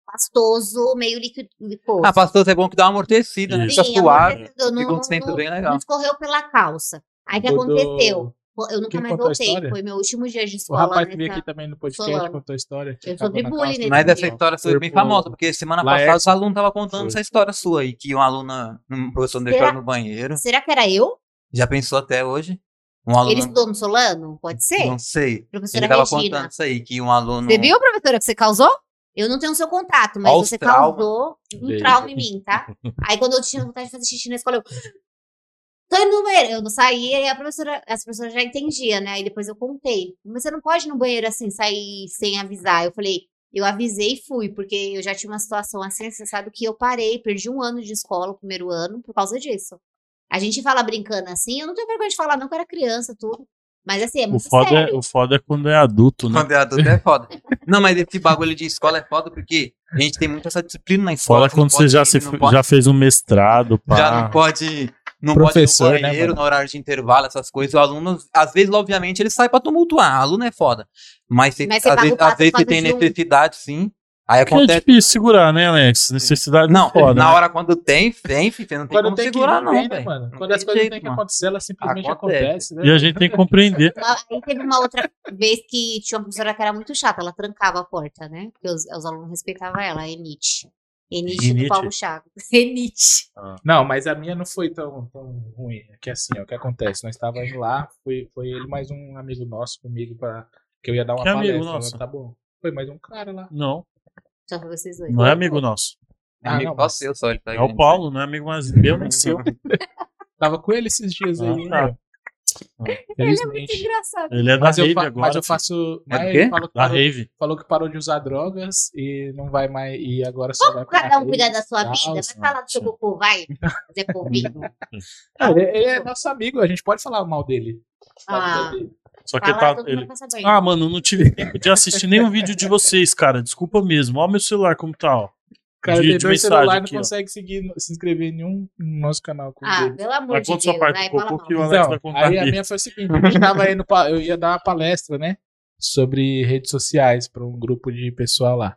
Speaker 3: Pastoso, meio líquido. licoso.
Speaker 2: Ah, pastor, é bom que dá uma amortecida, né?
Speaker 4: Isso.
Speaker 2: Fica
Speaker 3: Sim, é eu
Speaker 2: suave.
Speaker 3: amortecedor, não-
Speaker 2: Fica um
Speaker 3: não-
Speaker 2: centro
Speaker 3: não-
Speaker 2: bem
Speaker 3: não
Speaker 2: legal.
Speaker 3: escorreu pela calça. Aí que
Speaker 1: O do-
Speaker 3: aconteceu? Pô, Eu nunca
Speaker 1: Quem
Speaker 3: mais
Speaker 1: contou a
Speaker 3: voltei.
Speaker 1: história?
Speaker 3: Foi meu último dia
Speaker 1: O
Speaker 3: de escola. né,
Speaker 1: rapaz que veio
Speaker 3: nessa-
Speaker 1: aqui também no podcast
Speaker 3: Solano.
Speaker 1: contou a história. que
Speaker 3: Eu
Speaker 1: cagou
Speaker 3: sofri
Speaker 1: na
Speaker 3: bullying
Speaker 1: calça.
Speaker 3: nesse
Speaker 2: Mas
Speaker 3: Entendi.
Speaker 2: essa história foi
Speaker 1: Foi
Speaker 2: bem
Speaker 4: Tipo,
Speaker 1: pro-
Speaker 2: famosa, porque semana
Speaker 1: Laércio.
Speaker 2: passada os alunos estavam contando
Speaker 1: Foi.
Speaker 2: essa história sua aí, que um aluno, um professor não deixou
Speaker 3: Será?
Speaker 2: ela no banheiro.
Speaker 3: tá? Será que era eu?
Speaker 2: Já pensou até hoje? Um aluno.
Speaker 3: Ele estudou no Solano? Pode ser?
Speaker 2: Não sei.
Speaker 3: Professora
Speaker 2: Ele tava
Speaker 3: Regina.
Speaker 2: contando isso aí, que um aluno.
Speaker 3: Você viu, professora, que você causou? Eu não tenho o seu contato, mas
Speaker 2: Olha os
Speaker 3: você
Speaker 2: traumas.
Speaker 3: causou um
Speaker 1: Veja.
Speaker 3: trauma em mim, tá? Aí quando eu tinha vontade de fazer xixi na escola, eu. Tô indo no banheiro. Eu não saía e a professora, as professoras já entendiam, né? Aí depois eu contei. Mas você não pode ir no banheiro assim, sair sem avisar. Eu falei, eu avisei e fui, porque eu já tinha uma situação assim, você sabe que eu parei, perdi um ano de escola, o primeiro ano, por causa disso. A gente fala brincando assim, eu não tenho vergonha de falar, não, que eu era criança, tudo. Mas assim, é
Speaker 4: O
Speaker 3: muito
Speaker 4: foda
Speaker 3: sério.
Speaker 4: é, o foda é quando é adulto, né?
Speaker 2: Quando é adulto é foda. Não, mas esse bagulho de escola é foda porque a gente tem muito essa disciplina na escola.
Speaker 4: Foda é quando
Speaker 2: não
Speaker 4: você
Speaker 2: pode-
Speaker 4: já, se,
Speaker 2: não
Speaker 4: fe-
Speaker 2: pode-
Speaker 4: já Ah. fez um mestrado, pá.
Speaker 2: já não pode. Não
Speaker 1: Professor,
Speaker 2: pode ir
Speaker 1: né,
Speaker 2: no banheiro,
Speaker 1: mano?
Speaker 2: no horário de intervalo, essas coisas. O aluno, às vezes, obviamente, ele sai pra tumultuar. Aluno é foda. Mas, se-
Speaker 3: Mas você
Speaker 2: às,
Speaker 3: paga
Speaker 2: vezes,
Speaker 3: o pato
Speaker 2: às vezes
Speaker 3: por
Speaker 2: você
Speaker 3: causa
Speaker 2: tem
Speaker 3: de um.
Speaker 2: necessidade, sim. Aí
Speaker 4: Porque é
Speaker 2: acontece.
Speaker 4: difícil segurar, né, Alex? Necessidade
Speaker 2: Não,
Speaker 4: foda.
Speaker 2: na
Speaker 4: né?
Speaker 2: hora quando tem, tem, filho, você não
Speaker 4: é
Speaker 2: tem
Speaker 1: Quando
Speaker 2: como
Speaker 1: tem que
Speaker 2: segurar, não,
Speaker 1: viver, né,
Speaker 2: velho.
Speaker 1: mano?
Speaker 2: Não
Speaker 1: Quando
Speaker 2: tem
Speaker 1: as coisas
Speaker 2: jeito,
Speaker 1: têm que é
Speaker 2: mano.
Speaker 1: acontecer, elas simplesmente
Speaker 2: Acontece.
Speaker 1: acontecem, né?
Speaker 4: E a gente tem que compreender.
Speaker 3: Uma- Aí teve uma outra vez que tinha uma professora que era muito chata, ela trancava a porta, né? Porque os, os alunos respeitavam ela, a Enite. Enite do
Speaker 4: Enite?
Speaker 3: Paulo Chagas. Enite.
Speaker 1: Não, mas a minha não foi tão, tão ruim. É que assim, ó, o que acontece? Nós estávamos indo lá, foi, foi ele mais um amigo nosso comigo pra, que eu ia dar uma
Speaker 4: Que amigo
Speaker 1: palestra.
Speaker 4: nosso?
Speaker 1: né? Tá bom. Foi mais um cara lá.
Speaker 4: Não,
Speaker 3: Só pra vocês dois.
Speaker 4: não é amigo nosso.
Speaker 1: Ah,
Speaker 2: amigo
Speaker 1: não,
Speaker 2: só
Speaker 1: mas-
Speaker 2: seu, só ele tá Uhum.
Speaker 4: É
Speaker 2: querendo dizer.
Speaker 4: o Paulo, não é amigo mais meu nem seu.
Speaker 1: Tava com ele esses dias
Speaker 4: Ah,
Speaker 1: aí.
Speaker 4: tá.
Speaker 1: né?
Speaker 3: Ele é muito
Speaker 1: Felizmente.
Speaker 3: engraçado.
Speaker 4: Ele é da
Speaker 1: Mas eu,
Speaker 4: rave
Speaker 1: fa-
Speaker 4: agora. É
Speaker 1: mas eu
Speaker 4: filho.
Speaker 1: faço. Mas
Speaker 2: do
Speaker 1: ele
Speaker 2: quê?
Speaker 1: falou que,
Speaker 4: Da
Speaker 1: parou,
Speaker 4: rave.
Speaker 1: falou que parou de usar drogas e não vai mais. E agora só vai pra
Speaker 3: Cada um
Speaker 1: rave.
Speaker 3: cuidar da sua
Speaker 1: Não,
Speaker 3: vida. Vai
Speaker 1: sim,
Speaker 3: falar do seu
Speaker 4: sim.
Speaker 3: cocô, vai. Zé Povinho.
Speaker 1: Ah,
Speaker 3: né?
Speaker 1: ele, ele é nosso amigo, a gente pode falar mal dele.
Speaker 3: Ah,
Speaker 4: Só que
Speaker 3: fala,
Speaker 4: ele tá.
Speaker 3: todo mundo
Speaker 4: ele-
Speaker 3: vai passar bem.
Speaker 4: Ah, mano, eu não tive tempo de assistir nenhum vídeo de vocês, cara. Desculpa mesmo. Olha meu celular como tá, ó.
Speaker 1: O cara
Speaker 4: de-
Speaker 1: tem
Speaker 4: de
Speaker 1: dois
Speaker 4: mensagem
Speaker 1: celulares não
Speaker 4: aqui, ó.
Speaker 1: consegue seguir, se inscrever em nenhum no nosso canal com o
Speaker 3: Ah,
Speaker 1: dele.
Speaker 3: pelo amor
Speaker 4: Mas
Speaker 3: de Deus.
Speaker 4: conta sua parte
Speaker 3: vai,
Speaker 4: do
Speaker 3: fala
Speaker 4: cocô
Speaker 3: mal.
Speaker 4: que o Alex vai
Speaker 1: Então,
Speaker 4: contar
Speaker 1: aí a
Speaker 4: aqui.
Speaker 1: minha foi o seguinte, a gente tava indo pra, eu ia dar uma palestra, né, sobre redes sociais para um grupo de pessoal lá.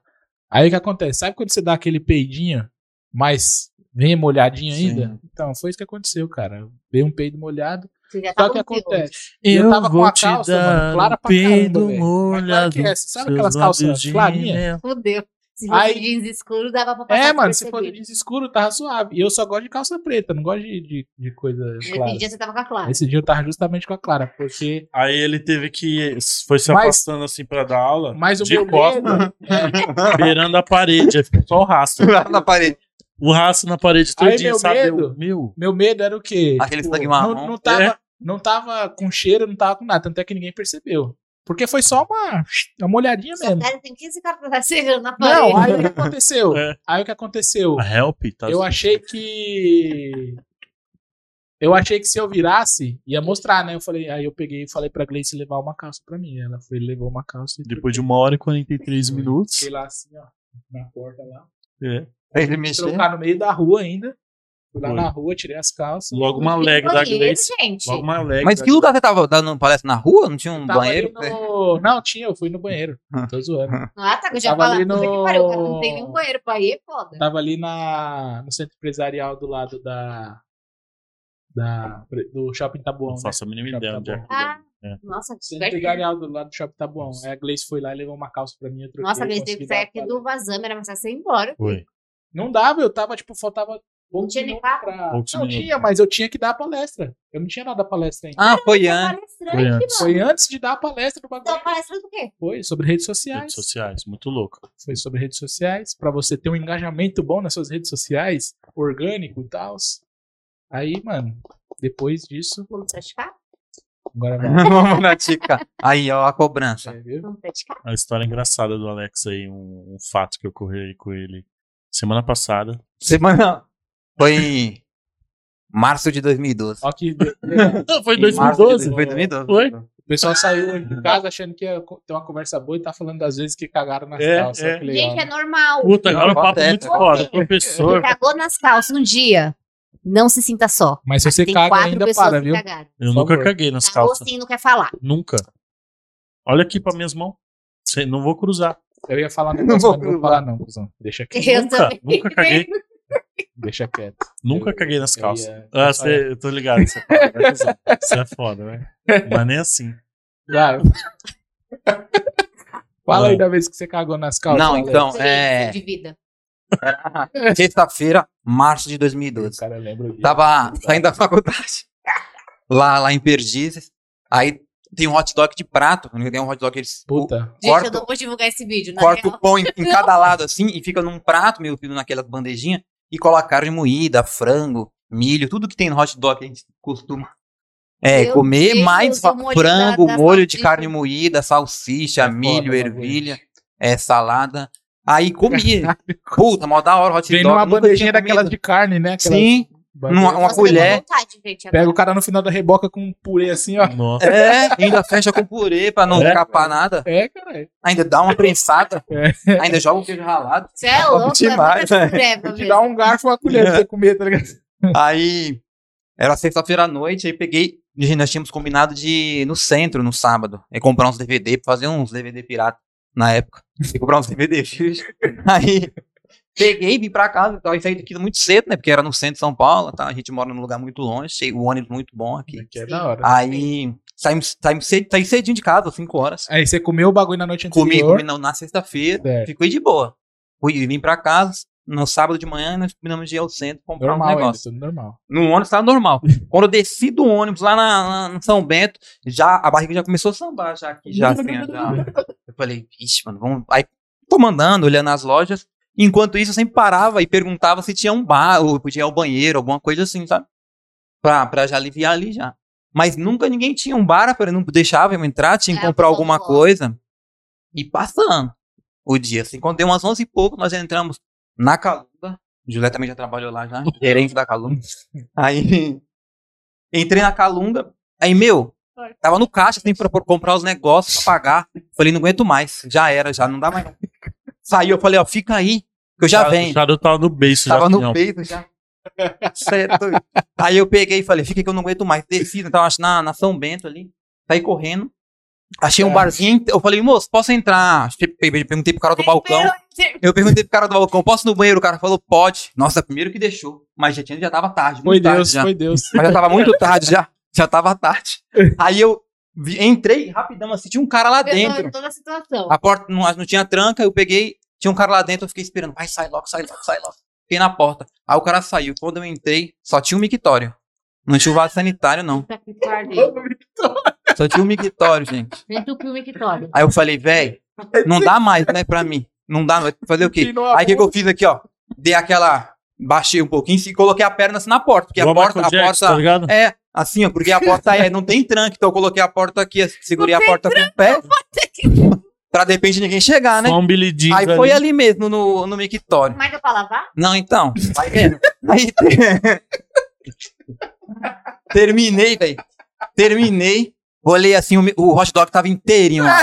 Speaker 1: Aí o que acontece? Sabe quando você dá aquele peidinho, mas vem molhadinho
Speaker 2: Sim.
Speaker 1: ainda? Então, foi isso que aconteceu, cara. Veio um peido molhado.
Speaker 3: Você já
Speaker 1: Só
Speaker 3: tá
Speaker 1: que
Speaker 3: com ciúme.
Speaker 1: acontece. E eu tava com a calça, mano, clara pra caramba, velho. Mas claro que é,
Speaker 4: um molhado,
Speaker 1: sabe
Speaker 4: seus
Speaker 1: aquelas
Speaker 4: lábios
Speaker 1: calças
Speaker 4: de né?
Speaker 1: clarinhas?
Speaker 4: mel.
Speaker 3: Fudeu. Se fosse
Speaker 1: Aí-
Speaker 3: jeans escuro, dava pra passar
Speaker 1: É, mano, se for de
Speaker 3: despercebido.
Speaker 1: jeans escuro, tava suave. E eu só gosto de calça preta, não gosto de, de, de coisa clara.
Speaker 3: Nesse dia você tava com a Clara.
Speaker 1: Esse dia eu tava justamente com a clara, porque
Speaker 4: Aí ele teve que. Foi se
Speaker 1: Mas-
Speaker 4: afastando assim pra dar aula.
Speaker 1: Mas o
Speaker 4: de
Speaker 1: meu
Speaker 4: costas,
Speaker 1: medo-
Speaker 4: beirando a parede. Aí ficou só o rastro.
Speaker 2: Lá na parede.
Speaker 4: O rastro na parede
Speaker 1: Aí,
Speaker 4: todinho,
Speaker 1: meu
Speaker 4: sabe? Eu-
Speaker 1: medo-
Speaker 4: meu.
Speaker 1: Meu medo era o quê? Tipo,
Speaker 2: Aquele sangue
Speaker 1: não,
Speaker 2: marrom.
Speaker 1: não, tava,
Speaker 4: É.
Speaker 1: não tava com cheiro, não tava com nada. Tanto é que ninguém percebeu. Porque foi só uma, uma olhadinha
Speaker 3: Só
Speaker 1: mesmo.
Speaker 3: Cara, tem 15 caras pra ser na parede.
Speaker 1: Não, aí o que aconteceu?
Speaker 4: É.
Speaker 1: Aí o que aconteceu?
Speaker 4: A help, tá?
Speaker 1: Eu achei que. Eu achei que se eu virasse, ia mostrar, né? Eu falei, aí eu peguei e falei pra Gleice levar uma calça pra mim. Ela foi, levou uma calça e
Speaker 4: Depois de um uma hora e 43 minutos.
Speaker 1: fiquei lá assim, ó, na porta lá.
Speaker 4: É.
Speaker 2: Pra ele mexer.
Speaker 1: Trocar no meio da rua ainda. Fui lá
Speaker 4: Foi.
Speaker 1: na rua, tirei as calças.
Speaker 4: Logo uma leg da
Speaker 3: banheiro,
Speaker 4: Gleice.
Speaker 3: gente.
Speaker 4: Logo uma leg.
Speaker 2: Mas
Speaker 4: da
Speaker 2: que lugar você tava dando palestra? Na rua? Não tinha um
Speaker 1: né? Tava
Speaker 2: banheiro?
Speaker 1: ali no- Não, tinha, eu fui no banheiro. Tô zoando.
Speaker 3: Ah, tá, que eu já
Speaker 1: Tava
Speaker 3: falava.
Speaker 1: ali
Speaker 3: Puta que
Speaker 1: no-
Speaker 3: pariu, o cara não tem nenhum banheiro pra ir, é foda.
Speaker 1: Tava ali na, no centro empresarial do lado da. da do Shopping Taboão.
Speaker 4: Não
Speaker 1: né?
Speaker 4: faço a mínima ideia onde é que-
Speaker 3: Ah,
Speaker 4: É.
Speaker 3: nossa,
Speaker 1: Centro
Speaker 3: perto-
Speaker 1: empresarial do lado do Shopping Taboão. Aí a Gleice foi lá e levou uma calça pra mim. Eu troquei,
Speaker 3: Nossa, a gente
Speaker 1: consegui
Speaker 3: teve que
Speaker 1: dar
Speaker 3: sair
Speaker 1: uma
Speaker 3: aqui
Speaker 1: palestra.
Speaker 3: do vazame, era mais fácil ir embora.
Speaker 4: Foi.
Speaker 1: Não dava, eu tava, tipo, faltava. poucos
Speaker 3: tinha nem
Speaker 1: minutos
Speaker 3: papo?
Speaker 1: pra-
Speaker 4: Poucos
Speaker 1: Não
Speaker 4: minutos.
Speaker 1: tinha, mas eu tinha que dar a palestra. Eu não tinha nada a palestra ainda.
Speaker 2: Ah, foi
Speaker 3: Tá
Speaker 2: antes.
Speaker 3: palestrante,
Speaker 4: Foi antes.
Speaker 3: mano.
Speaker 1: Foi antes de dar a palestra do
Speaker 3: Então,
Speaker 1: bagulho.
Speaker 3: palestrando do quê?
Speaker 1: Foi sobre redes
Speaker 4: Redes
Speaker 1: sociais.
Speaker 4: sociais, muito louco.
Speaker 1: Foi sobre redes sociais. Pra você ter um engajamento bom nas suas redes sociais, orgânico e tal. Aí, mano, depois disso.
Speaker 3: Vamos praticar?
Speaker 1: Agora vai.
Speaker 2: Vamos na dica. Aí, ó, a cobrança.
Speaker 1: É, viu?
Speaker 3: Vamos praticar?
Speaker 4: A história engraçada do Alex aí, um, um fato que ocorreu aí com ele semana passada.
Speaker 2: Semana. Foi em março de 2012.
Speaker 1: Ó que de-
Speaker 4: Foi
Speaker 2: Em março de
Speaker 4: em 2012?
Speaker 2: Foi 2012.
Speaker 4: Foi?
Speaker 1: o pessoal saiu de casa achando que ia co- ter uma conversa boa e tá falando das vezes que cagaram nas
Speaker 4: É,
Speaker 1: calças.
Speaker 4: é.
Speaker 1: Olha que legal,
Speaker 3: Gente,
Speaker 1: né?
Speaker 3: é normal.
Speaker 4: Puta, agora o papo é muito
Speaker 2: Pateta.
Speaker 4: foda. Professor.
Speaker 3: Cagou nas calças um dia. Não se sinta só.
Speaker 1: Mas se você
Speaker 3: Tem
Speaker 1: caga
Speaker 3: quatro
Speaker 1: ainda,
Speaker 3: pessoas
Speaker 1: para,
Speaker 3: que
Speaker 1: viu?
Speaker 3: cagaram.
Speaker 4: Eu
Speaker 1: Por
Speaker 4: nunca
Speaker 1: favor.
Speaker 4: caguei nas
Speaker 3: Cagou
Speaker 4: calças.
Speaker 3: sim, não quer falar.
Speaker 4: Nunca. Olha aqui pra minhas mãos. Cê- Não vou cruzar.
Speaker 1: Eu ia falar
Speaker 2: Não
Speaker 1: não,
Speaker 2: vou
Speaker 1: mas não vou falar não, cuzão. Deixa quieto,
Speaker 3: Eu
Speaker 4: Nunca,
Speaker 3: também.
Speaker 4: nunca caguei.
Speaker 1: deixa quieto.
Speaker 4: Nunca
Speaker 1: Eu-
Speaker 4: caguei nas
Speaker 1: eu
Speaker 4: calças.
Speaker 1: ia-
Speaker 4: Ah, cê, eu tô ligado. Você é foda, né? Mas nem assim.
Speaker 1: Claro. Fala aí
Speaker 4: Vai.
Speaker 1: da vez que você cagou nas calças.
Speaker 2: Não,
Speaker 1: Alex.
Speaker 2: então,
Speaker 3: Gente,
Speaker 2: é.
Speaker 3: De vida.
Speaker 2: era Sexta-feira, março de 2012.
Speaker 1: O cara lembra disso.
Speaker 2: Tava saindo da faculdade. Lá, lá em Perdizes. Aí tem um hot dog de prato. Tem um hot dog que eles
Speaker 1: Puta.
Speaker 3: Gente,
Speaker 2: Corta-
Speaker 3: eu não vou divulgar esse vídeo. Na
Speaker 2: corta
Speaker 3: real,
Speaker 2: o pão em, em cada lado assim e fica num prato, meu filho, naquela bandejinha. E coloca carne moída, frango, milho, tudo que tem no hot dog que a gente costuma é,
Speaker 3: Meu
Speaker 2: comer.
Speaker 3: Deus,
Speaker 2: mais
Speaker 3: o
Speaker 2: fa-
Speaker 3: molho
Speaker 2: frango,
Speaker 3: da- da
Speaker 2: molho de
Speaker 3: salsicha.
Speaker 2: carne moída, salsicha,
Speaker 1: É foda,
Speaker 2: milho,
Speaker 1: bagulho.
Speaker 2: ervilha, é, salada. Aí comia. Puta, mó da hora o hot
Speaker 1: Vem
Speaker 2: dog.
Speaker 1: numa
Speaker 2: nunca tinha
Speaker 1: bandejinha daquelas
Speaker 2: comido.
Speaker 1: de carne, né? Aquelas
Speaker 2: Sim.
Speaker 1: bagulho.
Speaker 2: numa- uma
Speaker 3: nossa, deu
Speaker 2: colher.
Speaker 3: vontade, gente, agora.
Speaker 1: Pega o cara no final da reboca com um purê assim, ó.
Speaker 4: Nossa.
Speaker 2: É, ainda fecha com purê pra não
Speaker 4: É,
Speaker 2: capar nada.
Speaker 1: É, caralho.
Speaker 2: Ainda dá uma prensada.
Speaker 1: É.
Speaker 2: Ainda joga um queijo ralado.
Speaker 3: Você é louco,
Speaker 2: demais,
Speaker 3: é
Speaker 2: né?
Speaker 3: muita treva
Speaker 1: Te
Speaker 3: mesmo.
Speaker 1: dá um garfo e uma colher pra você comer, tá ligado?
Speaker 2: Aí, era sexta-feira à noite, aí peguei. e Nós tínhamos combinado de ir no centro no sábado. E comprar uns DVD, fazer uns DVD pirata na época. E comprar uns DVD fixos. Aí, peguei, vim pra casa. Aí saí daqui muito cedo, né? Porque era no centro de São Paulo, tá? A gente mora num lugar muito longe, che- o ônibus muito bom aqui.
Speaker 1: Que é da hora.
Speaker 2: Aí, saímos, saímos cedo, saí cedinho de casa, 5 horas.
Speaker 1: Aí você comeu o bagulho na noite
Speaker 2: Comi,
Speaker 1: anterior.
Speaker 2: comi na, na sexta-feira.
Speaker 1: Certo.
Speaker 2: Fiquei de boa. Fui, vim pra casa, no sábado de manhã, nós combinamos de ir ao centro comprar um
Speaker 1: Normal, ainda,
Speaker 2: negócio.
Speaker 1: tudo normal.
Speaker 2: No ônibus tava normal. Quando eu desci do ônibus lá na, na- em São Bento, já, a barriga já começou a sambar, já aqui, já assim, ó, já. Eu falei, vixe, mano, vamos. Aí, tô andando, olhando as lojas. Enquanto isso, eu sempre parava e perguntava se tinha um bar, ou podia ir ao banheiro, alguma coisa assim, sabe? Pra, pra já aliviar ali já. Mas nunca ninguém tinha um bar, pra- não deixava eu entrar, tinha que
Speaker 3: É,
Speaker 2: comprar
Speaker 3: o
Speaker 2: alguma
Speaker 3: povo gosta.
Speaker 2: coisa. E passando o dia, assim, quando deu umas 11 e pouco, nós entramos na Calumba. Juliana também já trabalhou lá, já, gerente da Calumba. Aí, entrei na Calunga, aí, meu, tava no caixa, assim, pra, pra comprar os negócios, pra pagar. Falei, não aguento mais, já era, já, não dá mais. não. Saiu, eu falei, ó, fica aí, que eu já
Speaker 4: O
Speaker 2: venho.
Speaker 4: charuto tava no beijo já. um.
Speaker 2: Tava no
Speaker 4: filhão.
Speaker 2: peito já. Cê é doido. Aí eu peguei e falei, fica que eu não aguento mais. Desci, eu tava na, na São Bento ali. Saí correndo. Achei um
Speaker 1: É.
Speaker 2: barzinho. Eu falei, moço, posso entrar? Pe- pe- Perguntei pro cara do um balcão. Eu perguntei pro cara do balcão, posso ir no banheiro? O cara falou, pode. Nossa, primeiro que deixou. Mas já, tinha, já tava tarde.
Speaker 1: Foi
Speaker 2: muito tarde
Speaker 1: Deus,
Speaker 2: tá já.
Speaker 1: foi Deus.
Speaker 2: Mas já tava muito tarde já. Já tava tarde. Aí eu vi- entrei rapidão, assim, tinha um cara lá
Speaker 3: Eu
Speaker 2: dentro. Ah.
Speaker 3: tô- toda a situação.
Speaker 2: A porta não, não tinha tranca, eu peguei, tinha um cara lá dentro, eu fiquei esperando. Vai, sai logo, sai logo, sai logo. Fiquei na porta. Aí o cara saiu. Quando eu entrei, só tinha um mictório. Não tinha o vaso sanitário, não.
Speaker 3: Puta que pariu.
Speaker 2: Só tinha um mictório, gente.
Speaker 3: Vem do filme que todo.
Speaker 2: Aí eu falei, velho, não dá mais, né, pra mim. Não dá, vai fazer o quê? Aí o que, que eu fiz aqui, ó? Dei aquela. Baixei um pouquinho e coloquei a perna assim na porta. Porque a
Speaker 4: Igual
Speaker 2: porta, a
Speaker 4: Michael Jackson, tá
Speaker 2: porta.
Speaker 4: ligado?
Speaker 2: É, assim, ó, porque a porta é, não tem tranca, então eu coloquei a porta aqui, assim, segurei a porta com o pé. Pra de repente ninguém chegar, né?
Speaker 4: Só um Billy Jeans
Speaker 2: Aí
Speaker 4: ali.
Speaker 2: foi ali mesmo, no, no mictório.
Speaker 3: Mas deu pra lavar?
Speaker 2: Não, então. Vai vendo. Aí, terminei, velho. Terminei. Olhei assim, o, mi- o hot dog tava inteirinho lá.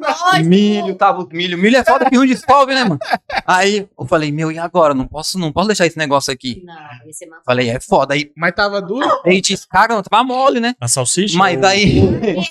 Speaker 3: Nossa,
Speaker 2: Milho, tava milho. Milho é foda que ruim dissolve, né, mano? Aí eu falei, meu, e agora? Não posso, não posso deixar esse negócio aqui.
Speaker 3: Não, esse é uma
Speaker 2: Falei, é foda. Aí
Speaker 1: Mas tava duro?
Speaker 2: peitei esse cara, não, tava mole, né?
Speaker 4: A salsicha?
Speaker 2: Mas
Speaker 4: ou-
Speaker 2: aí,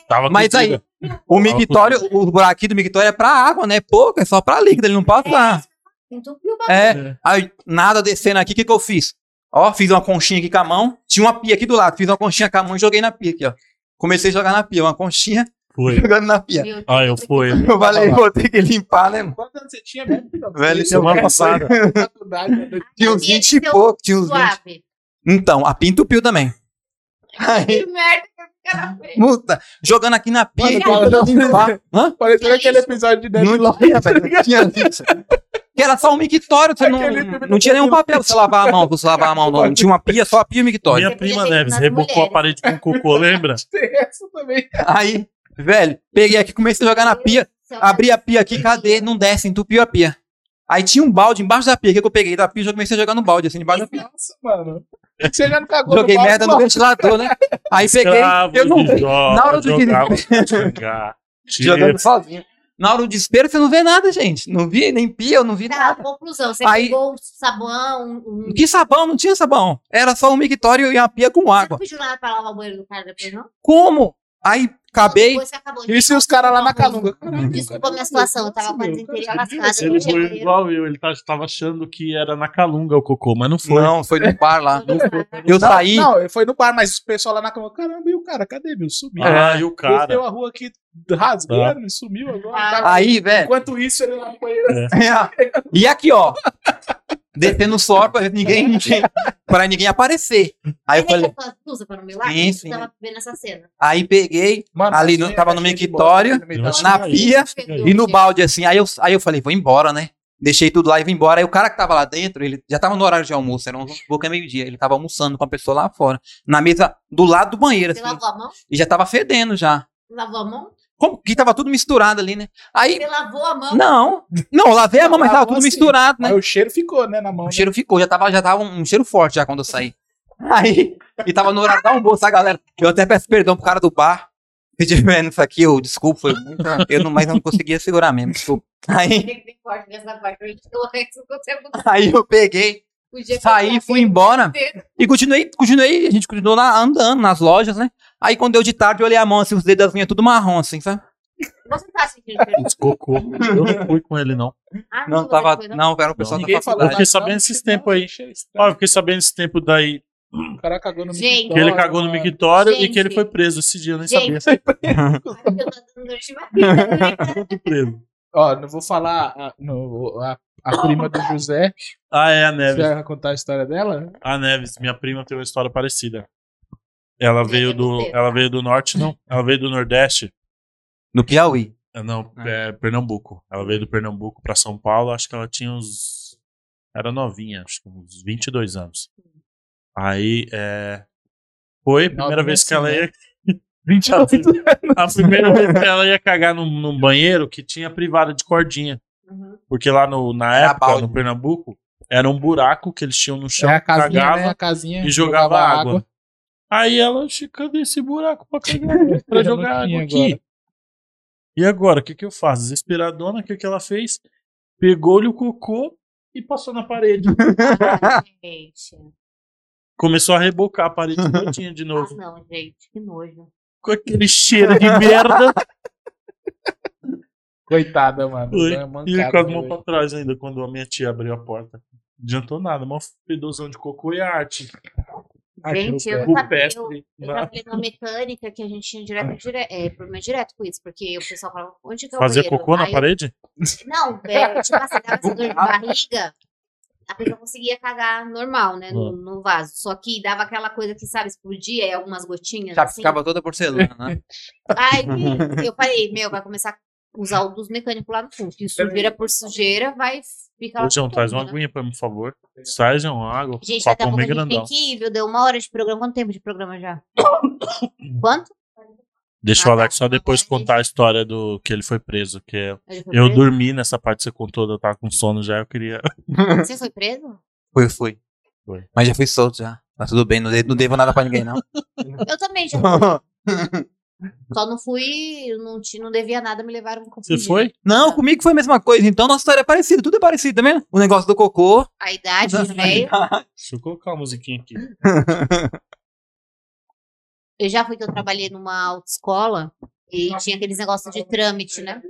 Speaker 4: Tava
Speaker 2: mas
Speaker 4: cozida?
Speaker 2: aí, o mictório, o buraquinho do mictório é pra água, né? Pouco, é só pra líquido, ele não pode lá.
Speaker 3: entupiu o bagulho.
Speaker 2: É, Aí, nada descendo aqui, o que, que eu fiz? Ó, fiz uma conchinha aqui com a mão. Tinha uma pia aqui do lado. Fiz uma conchinha com a mão e joguei na pia aqui, ó. Comecei a jogar na pia, uma conchinha
Speaker 4: Foi.
Speaker 2: jogando na pia.
Speaker 3: Meu Deus,
Speaker 4: Ah, eu fui.
Speaker 2: Eu falei, vou ter que limpar, né, mano?
Speaker 1: Quantos anos você tinha mesmo?
Speaker 2: Velho,
Speaker 4: Semana passada.
Speaker 1: Faculdade, né?
Speaker 2: Tinha uns 20 e pouco, tinha uns 20.
Speaker 3: Suave.
Speaker 2: Então, a pia entupiu também. Aí,
Speaker 3: Que merda que eu ficar na frente.
Speaker 2: puta, jogando aqui na pia.
Speaker 1: Mano, fala, não.
Speaker 2: limpar. Hã?
Speaker 1: Parecendo aquele episódio de
Speaker 2: Não
Speaker 1: Deadpool.
Speaker 2: limpia, velho. Tinha isso. Que era só um mictório, você não,
Speaker 1: Aquele filme
Speaker 2: não tinha nenhum papel pra você lavar a mão, pra você lavar a mão, não. Não tinha uma pia, só a pia e o mictório.
Speaker 4: Minha prima
Speaker 3: podia ter
Speaker 4: Neves
Speaker 3: ensinado
Speaker 4: rebocou a
Speaker 3: mulheres.
Speaker 4: parede com cocô, lembra?
Speaker 1: Tem essa também.
Speaker 2: Aí, velho, peguei aqui, comecei a jogar na pia.
Speaker 3: Seu
Speaker 2: Abri a pia aqui, cadê? Não desce, entupiu a pia. Aí tinha um balde embaixo da pia, que eu peguei da pia e já comecei a jogar no balde, assim, debaixo da pia.
Speaker 1: Nossa, mano. Você já não cagou
Speaker 2: Joguei
Speaker 1: no balde,
Speaker 2: merda no
Speaker 1: mano?
Speaker 2: ventilador, né? Aí peguei,
Speaker 4: Escravo
Speaker 2: eu não
Speaker 4: de
Speaker 2: vi.
Speaker 4: Jó,
Speaker 2: Na hora do
Speaker 4: jogava
Speaker 2: que-
Speaker 4: xingar. Tira-
Speaker 2: Jogando sozinho. Na hora do desespero, você não vê nada, gente. Não vi nem pia, eu não vi
Speaker 3: Tá,
Speaker 2: nada.
Speaker 3: conclusão. Você
Speaker 2: Aí-
Speaker 3: pegou um sabão, um.
Speaker 2: Que sabão? Não tinha sabão. Era só um mictório e uma pia com
Speaker 3: Você não
Speaker 2: água.
Speaker 3: pediu nada pra lavar o banheiro do cara depois, não?
Speaker 2: Como? Aí acabei.
Speaker 3: Depois você acabou de-
Speaker 1: E se os caras lá na calunga? Caralho, é
Speaker 3: Desculpa a
Speaker 1: cara.
Speaker 3: minha situação, eu tava com a desinteria lascada.
Speaker 4: Ele
Speaker 3: não tinha
Speaker 4: foi
Speaker 3: banheiro.
Speaker 4: igual eu, ele tá- tava achando que era na calunga o cocô, mas não foi.
Speaker 2: Não, foi no bar lá. Eu
Speaker 1: Não,
Speaker 2: saí.
Speaker 1: Não, foi no bar, mas o pessoal lá na calunga. Caramba, e o cara? Cadê, meu? Sumiu.
Speaker 4: Ah, e o cara.
Speaker 1: Correu a rua aqui rasgando e sumiu agora.
Speaker 3: Ah.
Speaker 1: Tava-
Speaker 2: Aí, velho.
Speaker 1: Enquanto isso, ele lá foi.
Speaker 2: E aqui, ó. Descendo o suor pra ninguém, ninguém, pra ninguém aparecer. Aí eu
Speaker 3: Você
Speaker 2: falei,
Speaker 3: lembra aquela blusa pra não me lá?
Speaker 2: Sim, sim.
Speaker 3: Eu tava vendo essa cena.
Speaker 2: aí peguei,
Speaker 1: Mano,
Speaker 2: Ali
Speaker 1: mas
Speaker 2: no-
Speaker 1: tinha-
Speaker 2: tava no
Speaker 1: tinha de
Speaker 2: mictório,
Speaker 1: bosta, ele tava-
Speaker 4: Tinha
Speaker 2: na
Speaker 4: aí.
Speaker 2: pia,
Speaker 4: Eu
Speaker 2: E no balde, assim, aí eu, aí eu falei, vou embora, né? Deixei tudo lá e vim embora. Aí o cara que tava lá dentro, ele já tava no horário de almoço, era um pouco é meio-dia. Ele tava almoçando com a pessoa lá fora, na mesa do lado do banheiro,
Speaker 3: Você
Speaker 2: assim.
Speaker 3: lavou a mão?
Speaker 2: E já tava fedendo já.
Speaker 3: Lavou a mão?
Speaker 2: Como que tava tudo misturado ali, né? Aí,
Speaker 3: Você lavou a mão?
Speaker 2: não, não, eu lavei a mão, mas tava tudo
Speaker 1: assim?
Speaker 2: misturado, né?
Speaker 1: Aí o cheiro ficou, né, na mão.
Speaker 2: O
Speaker 1: né?
Speaker 2: cheiro ficou, já tava, já tava um cheiro forte já quando eu saí. Aí, e tava no horário do almoço, a galera. Eu até peço perdão pro cara do bar. Se tiver isso aqui, eu desculpa, foi muita- eu não, mas eu não conseguia segurar mesmo, desculpa. Aí,
Speaker 3: Tem que ter corte nessa parte. porque Eu resto do tempo
Speaker 2: aí eu peguei,
Speaker 3: podia
Speaker 2: Saí,
Speaker 3: pegar
Speaker 2: fui
Speaker 3: a
Speaker 2: embora
Speaker 3: inteira.
Speaker 2: e continuei, continuei, a gente continuou lá andando nas lojas, né? Aí quando deu de tarde, eu olhei a mão, assim, os dedos das minhas tudo marrom, assim, sabe?
Speaker 3: Você tá sentindo cheiro?
Speaker 4: Esse cocô. Eu não fui com ele, não.
Speaker 3: Ah,
Speaker 2: Não,
Speaker 3: falou
Speaker 2: tava,
Speaker 3: depois,
Speaker 2: não, era o pessoal da
Speaker 1: Ninguém falou.
Speaker 2: faculdade.
Speaker 4: Fiquei sabendo esses tempos aí. Ó, Ah, eu fiquei sabendo esse tempo daí
Speaker 1: O cara cagou no
Speaker 3: Gente.
Speaker 1: mictório.
Speaker 4: que ele cagou no mictório e
Speaker 3: Gente.
Speaker 4: que ele foi preso esse dia, eu nem sabia.
Speaker 3: Gente.
Speaker 4: Foi
Speaker 3: Ai, eu tô dando dor de barriga.
Speaker 4: preso.
Speaker 1: Ó, não vou falar a, no- a, a prima do José.
Speaker 4: Ah, é, a
Speaker 1: Você
Speaker 4: Neves.
Speaker 1: vai contar a história dela?
Speaker 4: A Neves, minha prima, tem uma história parecida. Ela veio do,
Speaker 3: você.
Speaker 4: ela veio do norte, não. Ela veio do Nordeste.
Speaker 2: No Piauí.
Speaker 4: Ah, Não,
Speaker 2: Ah.
Speaker 4: é Pernambuco. Ela veio do Pernambuco pra São Paulo, acho que ela tinha uns. Era novinha, acho que uns 22 anos. Aí, é. Foi a primeira
Speaker 1: Novinha
Speaker 4: vez que
Speaker 1: assim,
Speaker 4: ela
Speaker 1: né?
Speaker 4: ia. A primeira vez que ela ia cagar num, num banheiro que tinha privada de cordinha.
Speaker 3: Uhum.
Speaker 4: Porque lá no, na
Speaker 2: Era
Speaker 4: época,
Speaker 2: balde.
Speaker 4: no Pernambuco, era um buraco que eles tinham no chão,
Speaker 1: É a casinha,
Speaker 4: cagava
Speaker 1: né? A casinha
Speaker 4: e jogava água. Aí ela, "Oxi, cadê esse buraco pra cagar? né, pra
Speaker 1: Eu não
Speaker 4: jogar água
Speaker 1: tinha
Speaker 4: aqui.
Speaker 1: agora.
Speaker 4: E agora, o que, que eu faço? Desesperadona, o que, que ela fez? Pegou-lhe o cocô e passou na parede.
Speaker 3: Ah, gente.
Speaker 4: Começou a rebocar a parede todinha de
Speaker 3: Ah,
Speaker 4: novo.
Speaker 3: não, gente. Que nojo.
Speaker 4: Com aquele cheiro de merda
Speaker 1: Coitada, mano.
Speaker 4: Oi.
Speaker 1: Dá uma
Speaker 4: e
Speaker 1: mancada,
Speaker 4: com as
Speaker 1: né?
Speaker 4: mãos pra trás ainda, quando a minha tia abriu a porta. Adiantou nada, mó fedozão de cocô e arte.
Speaker 1: Aqui,
Speaker 3: Gente, eu
Speaker 1: o pé.
Speaker 3: não sabia. Eu,
Speaker 4: Rupestre.
Speaker 3: eu
Speaker 4: na-
Speaker 3: trabalhei numa mecânica que a gente tinha direto, dire... é, problema direto com isso, porque o pessoal falava, onde que é o
Speaker 4: Fazia
Speaker 3: banheiro?
Speaker 4: cocô na
Speaker 3: Aí eu-
Speaker 4: parede?
Speaker 3: Não, velho, tipo assim, dava essa dor de barriga, a pessoa conseguia cagar normal, né,
Speaker 2: Hum.
Speaker 3: no, no vaso. Só que dava aquela coisa que, sabe, explodia e algumas gotinhas,
Speaker 2: Já
Speaker 3: assim.
Speaker 2: ficava toda porcelana, né?
Speaker 3: Aí eu falei, meu, vai começar a usar o dos mecânicos lá no fundo, que sujeira por sujeira vai ficar lá
Speaker 4: Ô, João,
Speaker 3: por
Speaker 4: é um traz
Speaker 3: tudo,
Speaker 4: uma
Speaker 3: né?
Speaker 4: aguinha pra mim, por favor. Traz uma água.
Speaker 3: Gente, daqui a pouco a
Speaker 4: Papão meio
Speaker 3: gente
Speaker 4: é grandão.
Speaker 3: tem que ir, viu? Deu uma hora de programa. Quanto tempo de programa já? Quanto?
Speaker 4: Deixa
Speaker 3: Ah,
Speaker 4: o
Speaker 3: tá.
Speaker 4: Alex só depois
Speaker 3: Agora a
Speaker 4: contar a história do que ele foi preso. Que é-
Speaker 3: Ele foi
Speaker 4: eu
Speaker 3: preso?
Speaker 4: dormi nessa parte que você contou, eu tava com sono já, eu queria.
Speaker 3: Você foi preso?
Speaker 2: Foi, fui.
Speaker 4: Foi.
Speaker 2: Mas já fui solto já. Tá tudo bem, não de- não devo nada pra ninguém, não.
Speaker 3: Eu também já Só não fui, não, ti- não devia nada, me levaram com
Speaker 4: Você foi?
Speaker 2: Não, comigo foi a mesma coisa. Então nossa história é parecida, tudo é parecido, tá vendo? O negócio do cocô.
Speaker 3: A idade, né? os
Speaker 2: assim,
Speaker 3: velhos.
Speaker 4: Deixa eu colocar uma musiquinha aqui.
Speaker 3: Eu já fui que eu trabalhei numa autoescola e tinha aqueles negócios de trâmite, né?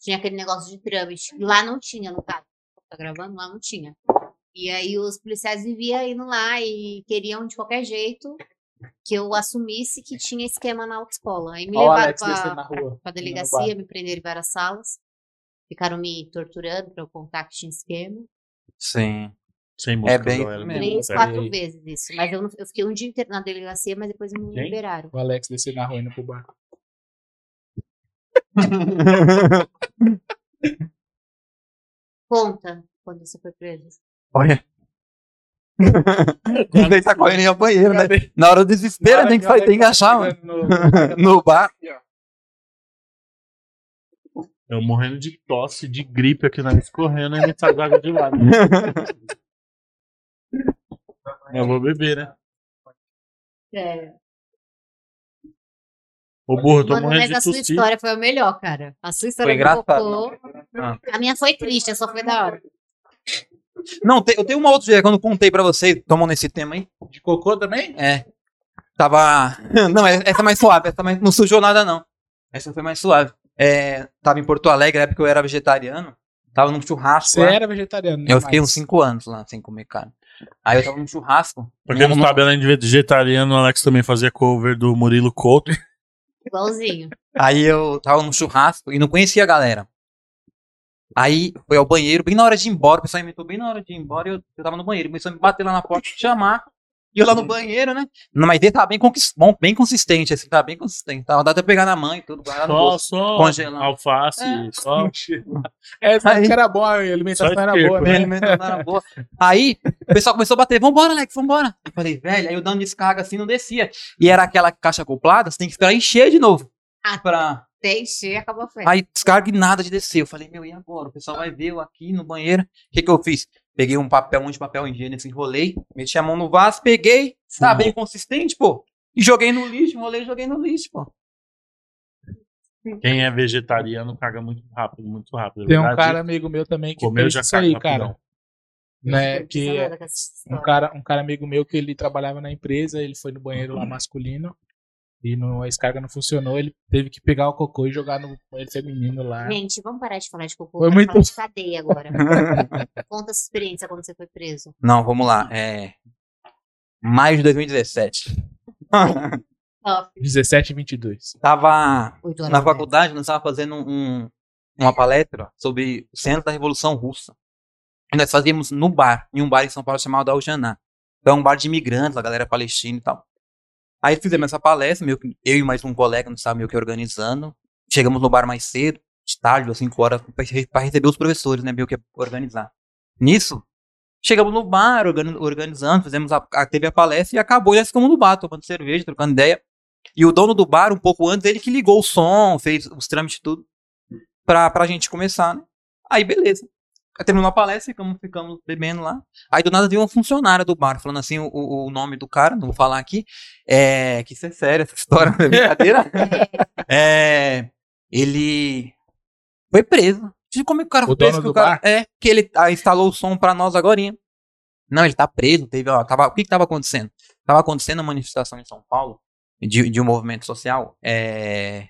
Speaker 3: Tinha aquele negócio de trâmite. Lá não tinha, no caso. Tá gravando? Lá não tinha. E aí os policiais viviam indo lá e queriam de qualquer jeito que eu assumisse que tinha esquema na autoescola. Aí me
Speaker 1: Olha o
Speaker 3: levaram
Speaker 1: Alex
Speaker 3: pra,
Speaker 1: descendo na rua.
Speaker 3: pra
Speaker 1: no
Speaker 3: delegacia, me prenderam em várias salas. Ficaram me torturando pra eu contar que tinha esquema.
Speaker 2: Sim.
Speaker 4: Sem música,
Speaker 2: É bem
Speaker 4: galera.
Speaker 1: É,
Speaker 2: isso
Speaker 4: não
Speaker 2: mesmo.
Speaker 3: Três,
Speaker 4: consegue.
Speaker 3: quatro vezes isso. Mas eu, não- eu fiquei um dia inteiro na delegacia, mas depois me
Speaker 4: Quem?
Speaker 3: liberaram.
Speaker 1: O Alex descendo na rua indo pro bar.
Speaker 3: Conta quando você foi preso.
Speaker 2: Olha. Não tem tá correndo ao banheiro, né? Na hora do desespero, tem que, sair, tem que
Speaker 1: tá
Speaker 2: achar, mano. No bar.
Speaker 4: Eu morrendo de tosse, de gripe aqui na escorrendo e me traz água de lado. Mas vou beber, né?
Speaker 3: É.
Speaker 4: Ô burro, eu tô
Speaker 3: Mano,
Speaker 4: morrendo
Speaker 3: mas
Speaker 4: de
Speaker 3: a sua
Speaker 4: tossir.
Speaker 3: história foi a melhor, cara. A sua história
Speaker 2: Foi
Speaker 3: do
Speaker 2: engraçado,
Speaker 3: cocô.
Speaker 2: Ah.
Speaker 3: A minha foi triste, só foi da hora.
Speaker 2: Não, tem- eu tenho uma outra ideia que eu não contei pra vocês, tomando esse tema aí.
Speaker 1: De cocô também?
Speaker 2: É. Tava. Não, é- essa é mais suave, essa mais... não sujou nada, não. Essa foi mais suave. É, tava em Porto Alegre, na época eu era vegetariano. Tava num churrasco.
Speaker 1: Você
Speaker 2: lá.
Speaker 1: era vegetariano, né?
Speaker 2: Eu fiquei uns
Speaker 1: Mas-
Speaker 2: 5 anos lá sem comer carne. Aí eu tava num churrasco.
Speaker 4: Pra quem não
Speaker 2: Num-
Speaker 4: sabe, além de vegetariano, o Alex também fazia cover do Murilo Couto.
Speaker 3: Igualzinho.
Speaker 2: Aí eu tava num churrasco e não conhecia a galera. Aí foi ao banheiro, bem na hora de ir embora, o pessoal inventou bem na hora de ir embora e eu, eu tava no banheiro. Começou a me bater lá na porta, chamar. E eu lá no banheiro, né? Não, mas ele tava bem, conquis- bom, bem consistente, assim, tava bem consistente. Tava dá até pegar na mãe e tudo, guardar no
Speaker 4: Só,
Speaker 2: bolso.
Speaker 4: só
Speaker 2: Congelado.
Speaker 4: alface,
Speaker 2: É.
Speaker 4: só
Speaker 1: É, só
Speaker 2: Aí-
Speaker 1: que era bom, a alimentação
Speaker 4: Só
Speaker 1: era
Speaker 4: esquerdo,
Speaker 1: boa,
Speaker 2: Bem
Speaker 1: né?
Speaker 2: alimentado, era boa. Aí, o pessoal começou a bater, vambora, Alex, vambora. Eu falei, velho, aí eu dando descarga assim, não descia. E era aquela caixa acoplada, você tem que esperar encher de novo.
Speaker 3: Ah.
Speaker 2: Pra...
Speaker 3: Até encher, acabou a festa.
Speaker 2: Aí descarga e nada de descer. Eu falei, meu, e agora? O pessoal vai ver eu aqui no banheiro. O que, que eu fiz? Peguei um papel, um monte de papel higiênico, enrolei, meti a mão no vaso, peguei, tá bem consistente, pô. E joguei no lixo, enrolei e joguei no lixo, pô.
Speaker 4: quem é vegetariano caga muito rápido, muito rápido. é
Speaker 1: Tem um
Speaker 4: verdade.
Speaker 1: cara amigo meu também que
Speaker 4: Comeu
Speaker 1: fez
Speaker 4: já
Speaker 1: isso
Speaker 4: caga
Speaker 1: aí,
Speaker 4: rapidão.
Speaker 1: cara. Né,
Speaker 3: Não precisa
Speaker 1: que
Speaker 3: nada com essa
Speaker 1: um
Speaker 3: história.
Speaker 1: cara, um cara amigo meu que ele trabalhava na empresa, ele foi no banheiro lá masculino e no, a descarga não funcionou, ele teve que pegar o cocô e jogar no banheiro feminino lá.
Speaker 3: Gente, vamos parar de falar de cocô.
Speaker 1: é. Foi
Speaker 3: Vamos
Speaker 1: muito-
Speaker 3: falar de cadeia agora. Conta a sua experiência quando você foi preso.
Speaker 2: Não, vamos lá. É. Maio de 2017.
Speaker 3: Top.
Speaker 1: 17 e 22.
Speaker 2: Tava
Speaker 3: Oito horas
Speaker 2: na
Speaker 3: da manhã.
Speaker 2: faculdade, nós estávamos fazendo um- uma palestra sobre o centro da Revolução Russa. E nós fazíamos no bar, em um bar em São Paulo chamado Aljaná. Então, é um bar de imigrantes, a galera palestina e tal. Aí fizemos essa palestra, meio que- eu e mais um colega, não sabe, meio que organizando. Chegamos no bar mais cedo, de tarde, às 5 horas, para receber os professores, né, meio que organizar. Nisso, chegamos no bar, organi- organizando, fizemos a, a- teve a palestra e acabou, e nós ficamos no bar, tomando cerveja, trocando ideia. E o dono do bar, um pouco antes, ele que ligou o som, fez os trâmites e tudo, pra, pra gente começar, né? Aí, beleza. Aí terminou a palestra, ficamos, ficamos bebendo lá. Aí, do nada, veio uma funcionária do bar, falando assim, o, o o nome do cara, não vou falar aqui, é, que isso é sério, essa história não é brincadeira. é, ele foi preso. Gente, Como é que o cara
Speaker 1: O
Speaker 2: foi preso?
Speaker 1: dono
Speaker 2: que
Speaker 1: do
Speaker 2: cara,
Speaker 1: bar?
Speaker 2: É, que ele ah, instalou o som pra nós agorinha. Não, ele tá preso, teve, ó, tava, o que que tava acontecendo? Tava acontecendo uma manifestação em São Paulo, de, de um movimento social é,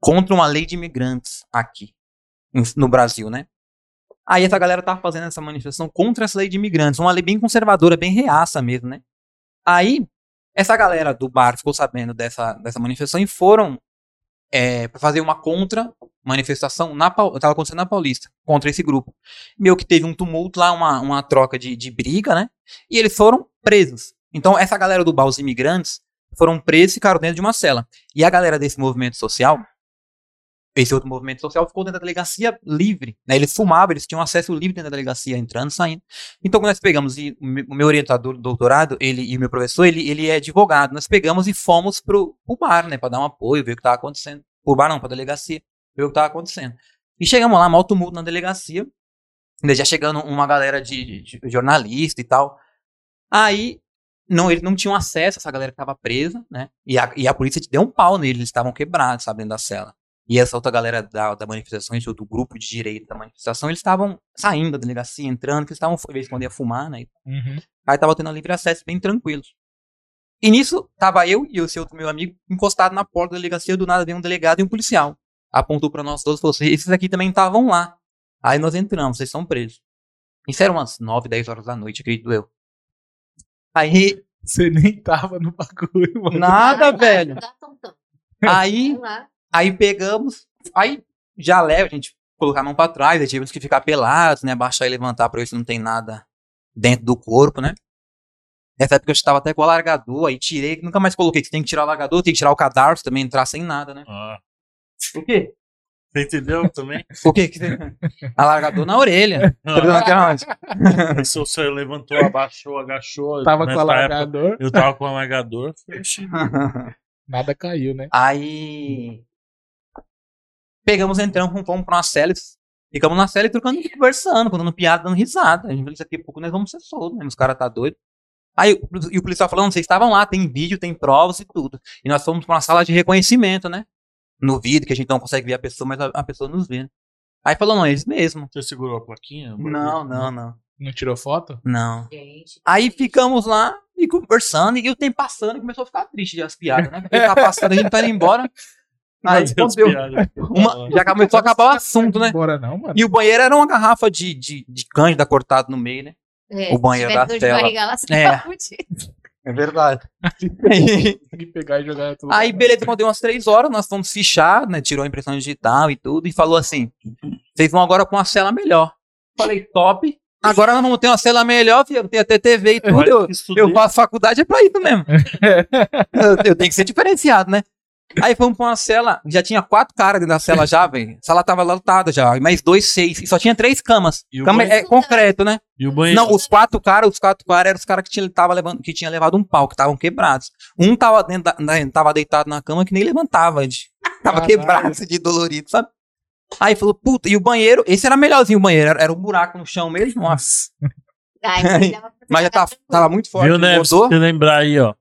Speaker 2: contra uma lei de imigrantes aqui em- no Brasil, né? Aí essa galera tava fazendo essa manifestação contra essa lei de imigrantes, uma lei bem conservadora, bem reaça mesmo, né? Aí essa galera do bar ficou sabendo dessa, dessa manifestação e foram é, pra fazer uma contra manifestação na Pau- tava acontecendo na Paulista contra esse grupo. Meio que teve um tumulto lá, uma, uma troca de, de briga, né? E eles foram presos. Então essa galera do bar, os imigrantes, foram presos e ficaram dentro de uma cela. E a galera desse movimento social, esse outro movimento social, ficou dentro da delegacia livre. Né? Eles fumavam, eles tinham acesso livre dentro da delegacia, entrando, saindo. Então, quando nós pegamos, e o me- o meu orientador do doutorado, ele e o meu professor, ele, ele é advogado. Nós pegamos e fomos pro, pro bar, né, para dar um apoio, ver o que estava acontecendo. Pro bar não, pra delegacia, ver o que estava acontecendo. E chegamos lá, mal tumulto na delegacia. né, Já chegando uma galera de, de- de jornalista e tal. Aí não, eles não tinham acesso, essa galera que tava presa, né? E a, e a polícia deu um pau neles, eles estavam quebrados, sabe, dentro da cela. E essa outra galera da, da manifestação, esse outro grupo de direita da manifestação, eles estavam saindo da delegacia, entrando, que eles estavam, eles escondiam fumar, né?
Speaker 1: Uhum.
Speaker 2: Aí tava tendo um livre acesso, bem tranquilo. E nisso, tava eu e esse outro meu amigo encostado na porta da delegacia, do nada veio um delegado e um policial. Apontou pra nós todos e falou assim, esses aqui também estavam lá. Aí nós entramos, vocês são presos. Isso era umas 9, 10 horas da noite, acredito eu. Aí,
Speaker 1: Você nem tava no bagulho, mano.
Speaker 2: nada, velho.
Speaker 3: Gatão, tão.
Speaker 2: Aí,
Speaker 3: Vai lá.
Speaker 2: Aí pegamos, aí já leva, a gente colocar a mão pra trás, aí tivemos que ficar pelados, né? Abaixar e levantar pra ver se não tem nada dentro do corpo, né? Nessa época eu estava até com o alargador, aí tirei, nunca mais coloquei, que tem que tirar o alargador, tem que tirar o cadarço também, entrar sem nada, né?
Speaker 4: Ah,
Speaker 2: O quê?
Speaker 4: você entendeu também?
Speaker 2: O quê? que tem? alargador na orelha. Tá vendo até onde?
Speaker 4: Ah, Se o senhor levantou, abaixou, agachou.
Speaker 1: Tava com
Speaker 4: nessa
Speaker 1: o alargador,
Speaker 4: época, Eu tava com o alargador.
Speaker 1: nada caiu, né?
Speaker 2: Aí. Pegamos, entramos, fomos pra uma cela. Ficamos na cela e trocando, e conversando, contando piada, dando risada. A gente falou, isso aqui a pouco nós vamos ser soltos, né? Os caras tá doido. Aí o- e o policial falando, vocês estavam lá, tem vídeo, tem provas e tudo. E nós fomos pra uma sala de reconhecimento, né? No vídeo, que a gente não consegue ver a pessoa, mas a, a pessoa nos vê. né? Aí falou, não, é eles mesmo.
Speaker 4: Você segurou a plaquinha?
Speaker 2: Não, não, não,
Speaker 1: Não tirou foto?
Speaker 2: não.
Speaker 3: Gente.
Speaker 2: Aí ficamos lá e conversando, e o tempo passando, e começou a ficar triste de as piadas, né? Porque tá passando, a gente tá indo embora. Aí,
Speaker 4: Fazer
Speaker 2: quando
Speaker 4: as
Speaker 2: deu
Speaker 4: piadas.
Speaker 2: uma, já começou a acabar o assunto, né?
Speaker 1: Bora não, mano.
Speaker 2: E o banheiro era uma garrafa de, de, de cândida cortada no meio, né?
Speaker 3: É,
Speaker 2: O banheiro
Speaker 3: se tiver
Speaker 2: da
Speaker 3: dor de
Speaker 2: tela.
Speaker 3: barriga, ela se
Speaker 2: É.
Speaker 3: saúde.
Speaker 2: É verdade. Aí,
Speaker 1: Tem que pegar e jogar em outro lugar.
Speaker 2: aí, beleza, quando deu umas três horas, nós fomos fichar, né? Tirou a impressão digital e tudo, e falou assim: vocês vão agora pra uma cela melhor. Falei, top. Agora nós vamos ter uma cela melhor, filho. Tem até TV e tudo. Eu,
Speaker 4: Olha que estudei.
Speaker 2: eu faço faculdade é pra isso mesmo. eu, eu tenho que ser diferenciado, né? Aí fomos pra uma cela, já tinha quatro caras dentro da cela já, velho. A sala tava lotada já, mais dois, seis. E só tinha três camas.
Speaker 4: E o
Speaker 2: Cama
Speaker 4: banheiro?
Speaker 2: é concreto, né?
Speaker 4: E o banheiro?
Speaker 2: Não, os quatro caras, os quatro caras eram os caras que tinha, tava levando, que tinha levado um pau, que estavam quebrados. Um tava, dentro da- na- tava deitado na cama que nem levantava. De, tava
Speaker 1: Caralho.
Speaker 2: quebrado, assim, de dolorido, sabe? Aí falou, puta, e o banheiro, esse era melhorzinho o banheiro, era, era um buraco no chão mesmo, uma
Speaker 3: Ah, então
Speaker 2: Aí,
Speaker 3: dava pra
Speaker 2: mas já
Speaker 3: pegar
Speaker 2: tava, tava muito forte
Speaker 4: Viu, né?
Speaker 2: o
Speaker 4: Neves?
Speaker 2: odor,
Speaker 4: Você lembrar aí, ó.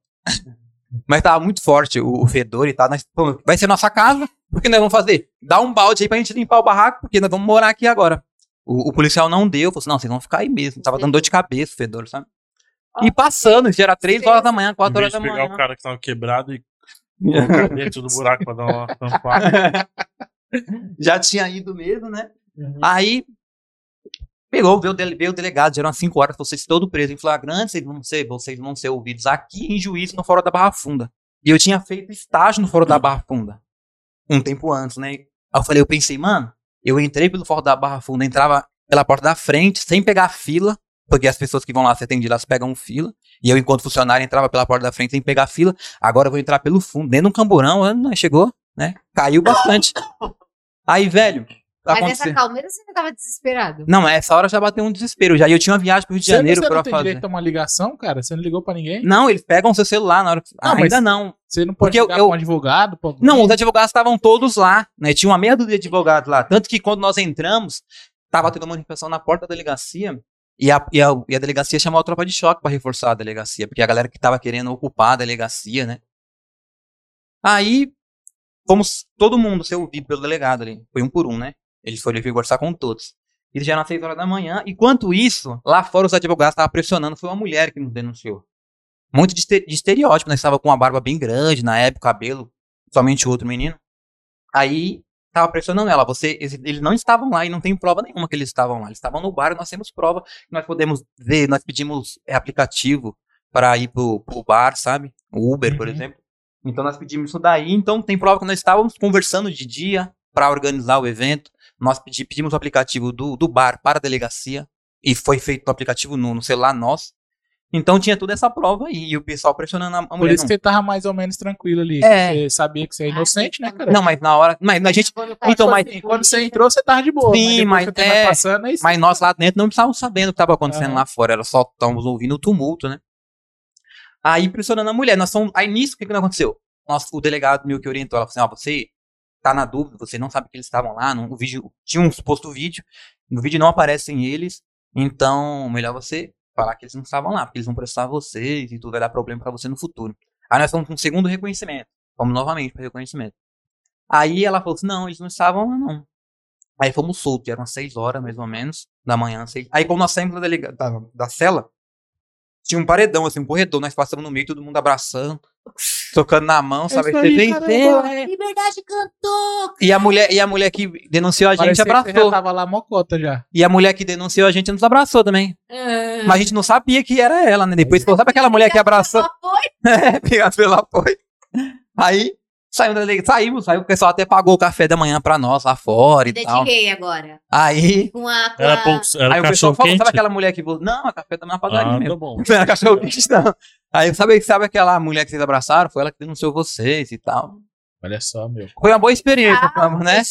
Speaker 2: mas tava muito forte o, o fedor e tal. Nós, pô, vai ser nossa casa, o que nós vamos fazer? Dá um balde aí pra gente limpar o barraco, porque nós vamos morar aqui agora. O, o policial não deu, falou assim, não, vocês vão ficar aí mesmo. Tava dando dor de cabeça o fedor, sabe? E passando, isso era 3 horas da manhã, 4
Speaker 4: em
Speaker 2: horas
Speaker 4: vez
Speaker 2: da
Speaker 4: de pegar o
Speaker 2: manhã.
Speaker 4: cara que tava quebrado e colocar dentro do buraco pra dar uma
Speaker 2: Ah.
Speaker 4: tampada.
Speaker 2: Já tinha ido mesmo, né?
Speaker 3: Uhum.
Speaker 1: Uhum.
Speaker 2: Aí pegou, veio o, dele, veio o delegado, já eram 5 horas, vocês todo preso em flagrante, vocês vão ser, vocês vão ser ouvidos aqui em juízo no Fórum da Barra Funda. E eu tinha feito estágio no Fórum da Barra Funda. Um tempo antes, né? Aí eu falei, eu pensei, mano, eu entrei pelo Fórum da Barra Funda, entrava pela porta da frente, sem pegar fila, porque as pessoas que vão lá ser atendidas, elas pegam fila. E eu, enquanto funcionário, entrava pela porta da frente sem pegar fila. Agora eu vou entrar pelo fundo, dentro de um camburão, ah, não, chegou, né? Caiu bastante. Aí, velho,
Speaker 3: Mas
Speaker 2: aconteceu.
Speaker 3: nessa calmeira você ainda tava desesperado.
Speaker 2: Não, essa hora já bateu um desespero já. E eu tinha uma viagem pro Rio de
Speaker 1: Você-
Speaker 2: Janeiro
Speaker 1: você não
Speaker 2: pra
Speaker 1: tem
Speaker 2: fazer.
Speaker 1: direito a uma ligação, cara? Você não ligou pra ninguém?
Speaker 2: Não, eles pegam seu celular na hora que... Ah,
Speaker 1: Não,
Speaker 2: Ainda
Speaker 1: mas-
Speaker 2: não.
Speaker 1: Você não pode
Speaker 2: Porque eu-
Speaker 1: ligar
Speaker 2: eu-
Speaker 1: pra um advogado? pra alguém?
Speaker 2: Não, os advogados estavam todos lá, né? Tinha uma meia dúzia de advogados lá. Tanto que quando nós entramos, tava tendo uma manifestação na porta da delegacia e a, e a, e a delegacia chamou a tropa de choque pra reforçar a delegacia, porque a galera que tava querendo ocupar a delegacia, né? Aí, fomos todo mundo ser ouvido pelo delegado ali. Foi um por um, né? Eles foram conversar com todos. Isso já era 6 horas da manhã. Enquanto isso, lá fora os advogados estavam pressionando. Foi uma mulher que nos denunciou. Muito de, este- de estereótipo, né? Estava com uma barba bem grande na época, cabelo, somente o outro menino. Aí tava pressionando ela. Você, eles, eles não estavam lá e não tem prova nenhuma que eles estavam lá. Eles estavam no bar e nós temos prova. Nós podemos ver, nós pedimos é, aplicativo para ir pro, pro bar, sabe? O Uber, por
Speaker 1: Uhum.
Speaker 2: exemplo. Então nós pedimos isso daí. Então tem prova que nós estávamos conversando de dia para organizar o evento. Nós pedi- pedimos o aplicativo do, do bar para a delegacia e foi feito o aplicativo no, no celular nosso. Então tinha toda essa prova aí, e o pessoal pressionando a, a
Speaker 1: Por
Speaker 2: mulher.
Speaker 1: isso que você tava mais ou menos tranquilo ali.
Speaker 2: É.
Speaker 1: Você sabia que você é
Speaker 3: Ah,
Speaker 1: inocente, né,
Speaker 3: então-
Speaker 2: não.
Speaker 1: cara?
Speaker 2: não, mas na hora. Mas a gente Então,
Speaker 1: Tipo
Speaker 2: mas-
Speaker 1: assim, quando você entrou, você tava de boa.
Speaker 2: Sim,
Speaker 1: mas, depois
Speaker 2: mas
Speaker 1: que o tempo vai
Speaker 2: é-
Speaker 1: passando, aí
Speaker 2: Mas nós lá dentro não estávamos sabendo o que estava acontecendo
Speaker 1: Aham.
Speaker 2: lá fora, era só estávamos ouvindo o tumulto, né? Aí pressionando a mulher, nós fomos, aí nisso o que, que aconteceu? Nós, o delegado meu que orientou, ela falou assim, ó, você tá na dúvida, você não sabe que eles estavam lá, não, o vídeo, tinha um suposto vídeo, no vídeo não aparecem eles, então melhor você falar que eles não estavam lá, porque eles vão processar vocês e tudo vai dar problema pra você no futuro. Aí nós fomos com um segundo reconhecimento. Fomos novamente para reconhecimento. Aí ela falou assim: não, eles não estavam lá, não. Aí fomos soltos, eram seis horas mais ou menos da manhã. seis- Aí, como nós saímos da, delega- da, da cela, tinha um paredão, assim, um corredor, nós passamos no meio, todo mundo abraçando, tocando na mão, sabe?
Speaker 1: isso
Speaker 2: Você
Speaker 1: aí,
Speaker 2: venceu,
Speaker 1: caramba.
Speaker 2: é.
Speaker 3: Liberdade cantou!
Speaker 2: E a mulher, e a mulher que denunciou a gente
Speaker 1: Parecia que Você já tá.
Speaker 2: abraçou.
Speaker 1: tava lá mocota já.
Speaker 2: E a mulher que denunciou a gente nos abraçou também.
Speaker 3: Ah.
Speaker 2: Mas a gente não sabia que era ela, né? Depois,
Speaker 1: Uhum.
Speaker 2: falou, sabe aquela mulher que abraçou?
Speaker 3: Só foi.
Speaker 2: É, Obrigado pelo apoio. Aí, saímos da delegacia, saímos, aí o pessoal até pagou o café da manhã pra nós lá fora e tal.
Speaker 3: Dediquei agora.
Speaker 2: Aí,
Speaker 3: Com a. Com
Speaker 4: Era,
Speaker 3: a-
Speaker 4: pouco, era
Speaker 2: aí o pessoal
Speaker 4: cachorro
Speaker 2: falou,
Speaker 4: quente.
Speaker 2: sabe aquela mulher que... vo- Não, é café da manhã na padaria
Speaker 4: Ah,
Speaker 2: mesmo.
Speaker 4: tá bom.
Speaker 2: Não era cachorro quente, não. Aí, sabe, sabe aquela mulher que vocês abraçaram? Foi ela que denunciou vocês e tal.
Speaker 1: Olha só, meu.
Speaker 2: Foi uma boa experiência,
Speaker 3: Ah,
Speaker 2: vamos, né?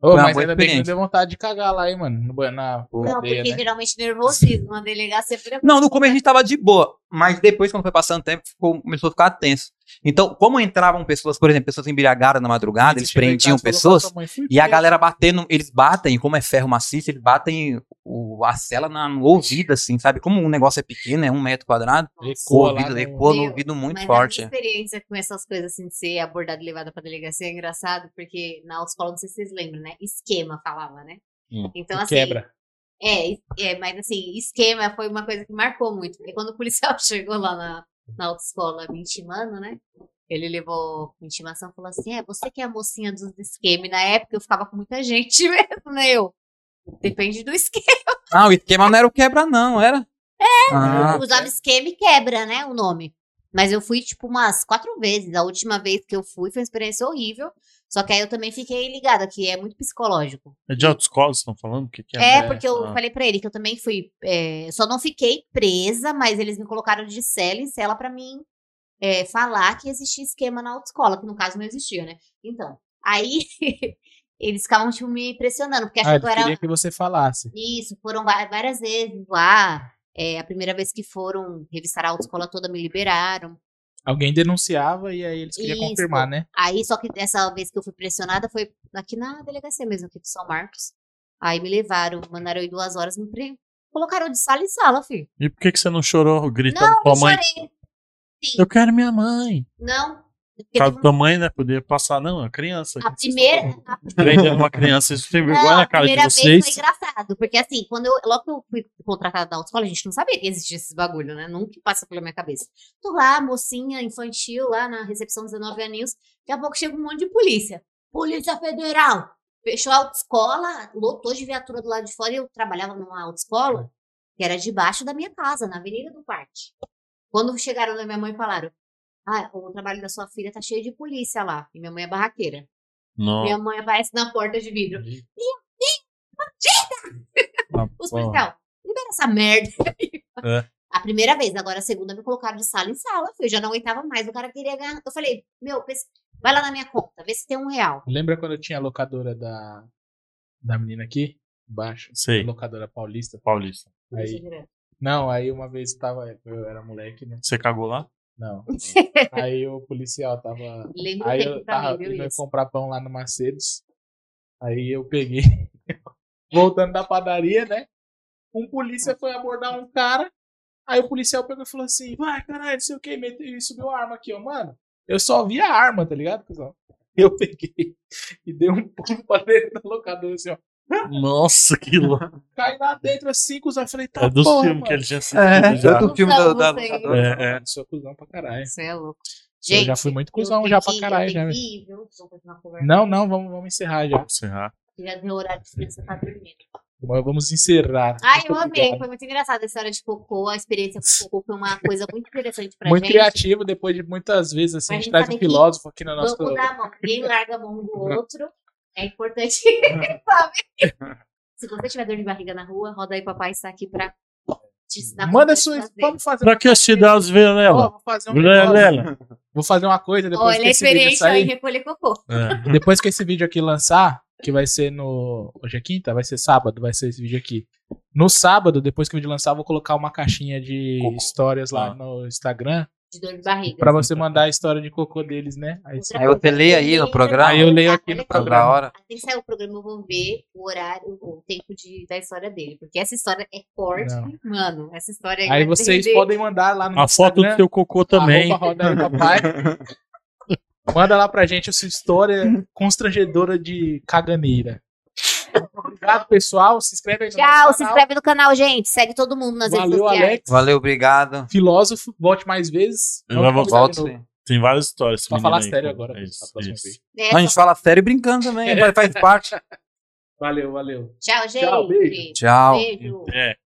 Speaker 1: Ô,
Speaker 2: Foi uma
Speaker 1: mas
Speaker 2: boa
Speaker 1: ainda bem que não
Speaker 2: experiência.
Speaker 1: deu vontade de cagar lá, hein, mano. No, ban- na
Speaker 2: Não,
Speaker 3: Não,
Speaker 1: cadeia,
Speaker 3: porque
Speaker 1: né?
Speaker 3: geralmente é nervosismo. Uma delegacia é fica.
Speaker 2: Não, no começo a gente tava de boa, mas depois, quando foi passando o tempo, ficou- começou a ficar tenso. Então, como entravam pessoas, por exemplo, pessoas embriagadas na madrugada, eles
Speaker 1: Chegou em
Speaker 2: prendiam
Speaker 1: casa, falou
Speaker 2: pessoas,
Speaker 1: pra tua mãe, fui
Speaker 2: e a
Speaker 1: preso.
Speaker 2: galera batendo, eles batem, como é ferro maciço, eles batem o, a cela na, no ouvido, assim, sabe? Como o negócio é pequeno, é um metro quadrado, o
Speaker 1: Ecoa lá
Speaker 2: ouvido
Speaker 1: no-
Speaker 2: ecoa no
Speaker 3: Meu,
Speaker 2: ouvido muito
Speaker 3: Mas a
Speaker 2: forte.
Speaker 3: minha experiência com essas coisas assim de ser abordado e levada pra delegacia é engraçado, porque na autoescola, não sei se vocês lembram, né? Esquema falava, né?
Speaker 4: Hum,
Speaker 3: então,
Speaker 1: Tu
Speaker 3: assim,
Speaker 1: Quebra.
Speaker 3: É, es- é, mas assim, esquema foi uma coisa que marcou muito. Porque quando o policial chegou lá na, na autoescola me intimando, né? Ele levou intimação e falou assim: É, você que é a mocinha dos esquema. E na época eu ficava com muita gente mesmo, né? Eu. Depende do esquema.
Speaker 2: Ah, o esquema não era o quebra, não, era? É, ah,
Speaker 3: Eu usava esquema e quebra, né? O nome. Mas eu fui, tipo, umas quatro vezes. A última vez que eu fui foi uma experiência horrível. Só que aí eu também fiquei ligada, que é muito psicológico.
Speaker 4: É de autoescola, vocês estão falando? O que, que é?
Speaker 1: né?
Speaker 3: É, porque eu
Speaker 4: Ah.
Speaker 3: falei pra ele que eu também fui. é, só não fiquei presa, mas eles me colocaram de cela em cela pra mim é, falar que existia esquema na autoescola, que no caso não existia, né? Então, aí eles ficavam tipo, me pressionando, porque
Speaker 1: Ah,
Speaker 3: achavam
Speaker 1: ele
Speaker 3: que eu era.
Speaker 1: queria que você falasse.
Speaker 3: Isso, foram va- várias vezes lá. É, a primeira vez que foram revistar a autoescola toda, me liberaram.
Speaker 1: Alguém denunciava e aí eles queriam
Speaker 3: Isso.
Speaker 1: confirmar, né?
Speaker 3: Aí, só que dessa vez que eu fui pressionada foi aqui na delegacia mesmo, aqui de São Marcos. Aí me levaram, mandaram eu ir duas horas, me pre... colocaram de sala em sala, filho.
Speaker 4: E por que, que você não chorou gritando
Speaker 3: Não,
Speaker 4: com a
Speaker 3: não
Speaker 4: mãe?
Speaker 3: chorei.
Speaker 4: Eu quero minha mãe.
Speaker 3: Não.
Speaker 4: Por
Speaker 3: Porque
Speaker 4: causa
Speaker 3: teve
Speaker 4: da mãe, né? Poder passar, não, a criança.
Speaker 3: a primeira, a
Speaker 4: Prendendo uma criança, isso tem vergonha
Speaker 3: não,
Speaker 4: na
Speaker 3: a
Speaker 4: cara de
Speaker 3: primeira vez foi
Speaker 4: vocês.
Speaker 3: engraçado, porque assim, quando eu, logo que eu fui contratada da autoescola, a gente não sabia que existia esses bagulho, né? Nunca passa pela minha cabeça. Tô lá, mocinha infantil, lá na recepção 19 aninhos, daqui a pouco chega um monte de polícia. Polícia Federal! Fechou a autoescola, lotou de viatura do lado de fora e eu trabalhava numa autoescola que era debaixo da minha casa, na Avenida do Parque. Quando chegaram na minha mãe e falaram: Ah, o trabalho da sua filha tá cheio de polícia lá. E minha mãe é barraqueira.
Speaker 4: Não.
Speaker 3: Minha mãe aparece na porta de vidro. Os policial, libera essa merda. aí."
Speaker 4: É.
Speaker 3: A primeira vez, agora a segunda me colocaram de sala em sala. filho, Eu já não aguentava mais. O cara queria ganhar. Eu falei, meu, vê se- vai lá na minha conta, vê se tem um real.
Speaker 1: Lembra quando eu tinha a locadora da, da menina aqui? Embaixo.
Speaker 4: Sei.
Speaker 1: Locadora paulista.
Speaker 4: Paulista.
Speaker 1: Aí, não, aí uma vez eu tava. Eu era moleque, né?
Speaker 4: Você cagou lá?
Speaker 1: Não. aí o policial tava.
Speaker 3: Lembro
Speaker 1: Aí
Speaker 3: bem
Speaker 1: eu
Speaker 3: pra
Speaker 1: tava
Speaker 3: mim, viu
Speaker 1: indo
Speaker 3: isso?
Speaker 1: comprar pão lá no Macedos. Aí eu peguei. Voltando da padaria, né? Um polícia foi abordar um cara. Aí o policial pegou e falou assim: vai, caralho, não sei o que, meteu, e subiu a arma aqui, ó, mano. Eu só vi a arma, tá ligado, pessoal? Eu peguei e dei um pulo dentro da locadora, assim, ó.
Speaker 4: Nossa, que louco.
Speaker 1: Caí lá dentro, assim, cuzão. Eu falei, tá
Speaker 4: É dos
Speaker 1: porra,
Speaker 4: filmes que
Speaker 1: mano.
Speaker 4: ele tinha assistido
Speaker 2: É,
Speaker 4: já.
Speaker 2: tanto filme da, Tá da,
Speaker 3: Não, não
Speaker 2: da-
Speaker 4: É, é.
Speaker 1: Mano, sou cuzão pra caralho.
Speaker 3: Isso é louco.
Speaker 1: Eu
Speaker 3: Gente,
Speaker 1: já fui muito
Speaker 3: eu
Speaker 1: cuzão
Speaker 3: tenho
Speaker 1: um já
Speaker 3: que
Speaker 1: pra
Speaker 3: ir, eu
Speaker 1: caralho,
Speaker 3: tenho
Speaker 1: já.
Speaker 3: que ir, viu? Vamos continuar conversando,
Speaker 1: Não, não, vamos, vamos encerrar já.
Speaker 4: Vamos encerrar.
Speaker 3: que Já deu horário de criança tá dormindo.
Speaker 1: Mas Vamos encerrar.
Speaker 3: Ai,
Speaker 1: Muito
Speaker 3: eu amei.
Speaker 1: obrigado.
Speaker 3: Foi muito engraçado essa hora de cocô. A experiência com cocô foi uma coisa muito interessante pra
Speaker 1: Muito
Speaker 3: gente.
Speaker 1: criativo, depois de muitas vezes, assim, a
Speaker 3: Mas
Speaker 1: gente
Speaker 3: a
Speaker 1: traz
Speaker 3: gente sabe
Speaker 1: um
Speaker 3: que
Speaker 1: filósofo aqui na
Speaker 3: Vamos
Speaker 1: nossa.
Speaker 3: dar a mão. Ninguém larga a mão um do outro. É importante, sabe? Se você tiver dor de barriga na rua, roda aí, papai está aqui pra te ensinar. como
Speaker 1: Manda
Speaker 3: você
Speaker 1: sua.
Speaker 3: fazer.
Speaker 1: Vamos fazer.
Speaker 4: Pra que te dar as
Speaker 1: Ó,
Speaker 4: velela?
Speaker 1: vou fazer um negócio.
Speaker 4: Velela.
Speaker 1: Vou fazer uma coisa depois
Speaker 3: Olha
Speaker 1: que
Speaker 3: a
Speaker 1: esse vídeo
Speaker 3: experiência aí,
Speaker 1: sair.
Speaker 3: recolher cocô.
Speaker 4: É.
Speaker 1: Depois que esse vídeo aqui lançar, que vai ser no. Hoje é quinta? Vai ser sábado, vai ser esse vídeo aqui. No sábado, depois que o vídeo lançar, eu vou colocar uma caixinha de
Speaker 4: Cocô.
Speaker 1: histórias lá
Speaker 4: Ah.
Speaker 1: no Instagram
Speaker 3: de dor de barriga.
Speaker 1: Pra você mandar a história de cocô deles, né? Aí,
Speaker 3: Outra
Speaker 2: Aí você
Speaker 3: coisa,
Speaker 2: lê
Speaker 3: eu
Speaker 2: aí no
Speaker 3: leio
Speaker 2: programa.
Speaker 1: Aí eu leio aqui
Speaker 3: olha
Speaker 1: no
Speaker 3: que
Speaker 2: Toda
Speaker 1: programa.
Speaker 2: hora.
Speaker 3: Assim que sair o programa, eu vou ver o horário, o tempo de, da história dele. Porque essa história é forte.
Speaker 1: Não.
Speaker 3: Mano, essa história é
Speaker 1: aí vocês podem mandar lá no
Speaker 4: A foto do
Speaker 1: Instagram,
Speaker 4: teu cocô também.
Speaker 1: Né? arroba roda aí, papai. Manda lá pra gente essa história constrangedora de caganeira. Obrigado, pessoal. Se inscreve aí no
Speaker 3: Tchau,
Speaker 1: nosso
Speaker 3: se
Speaker 1: canal.
Speaker 3: inscreve no canal, gente. Segue todo mundo nas redes
Speaker 1: Valeu,
Speaker 3: sociais.
Speaker 1: Alex.
Speaker 2: Valeu, obrigado.
Speaker 1: Filósofo, volte mais vezes.
Speaker 4: Eu já vou-
Speaker 1: Vamos
Speaker 2: Volto.
Speaker 1: combinar de novo.
Speaker 2: sim.
Speaker 4: Tem várias histórias. esse
Speaker 1: Pra
Speaker 4: menino
Speaker 1: falar
Speaker 4: aí,
Speaker 1: sério
Speaker 4: pô. É
Speaker 1: agora,
Speaker 4: Isso,
Speaker 1: a próxima
Speaker 4: isso.
Speaker 1: vez.
Speaker 3: É,
Speaker 2: A gente fala sério e brincando também, faz parte.
Speaker 1: Valeu, valeu.
Speaker 3: Tchau, gente.
Speaker 1: Tchau, beijo.
Speaker 2: Tchau.
Speaker 3: Beijo.
Speaker 4: É.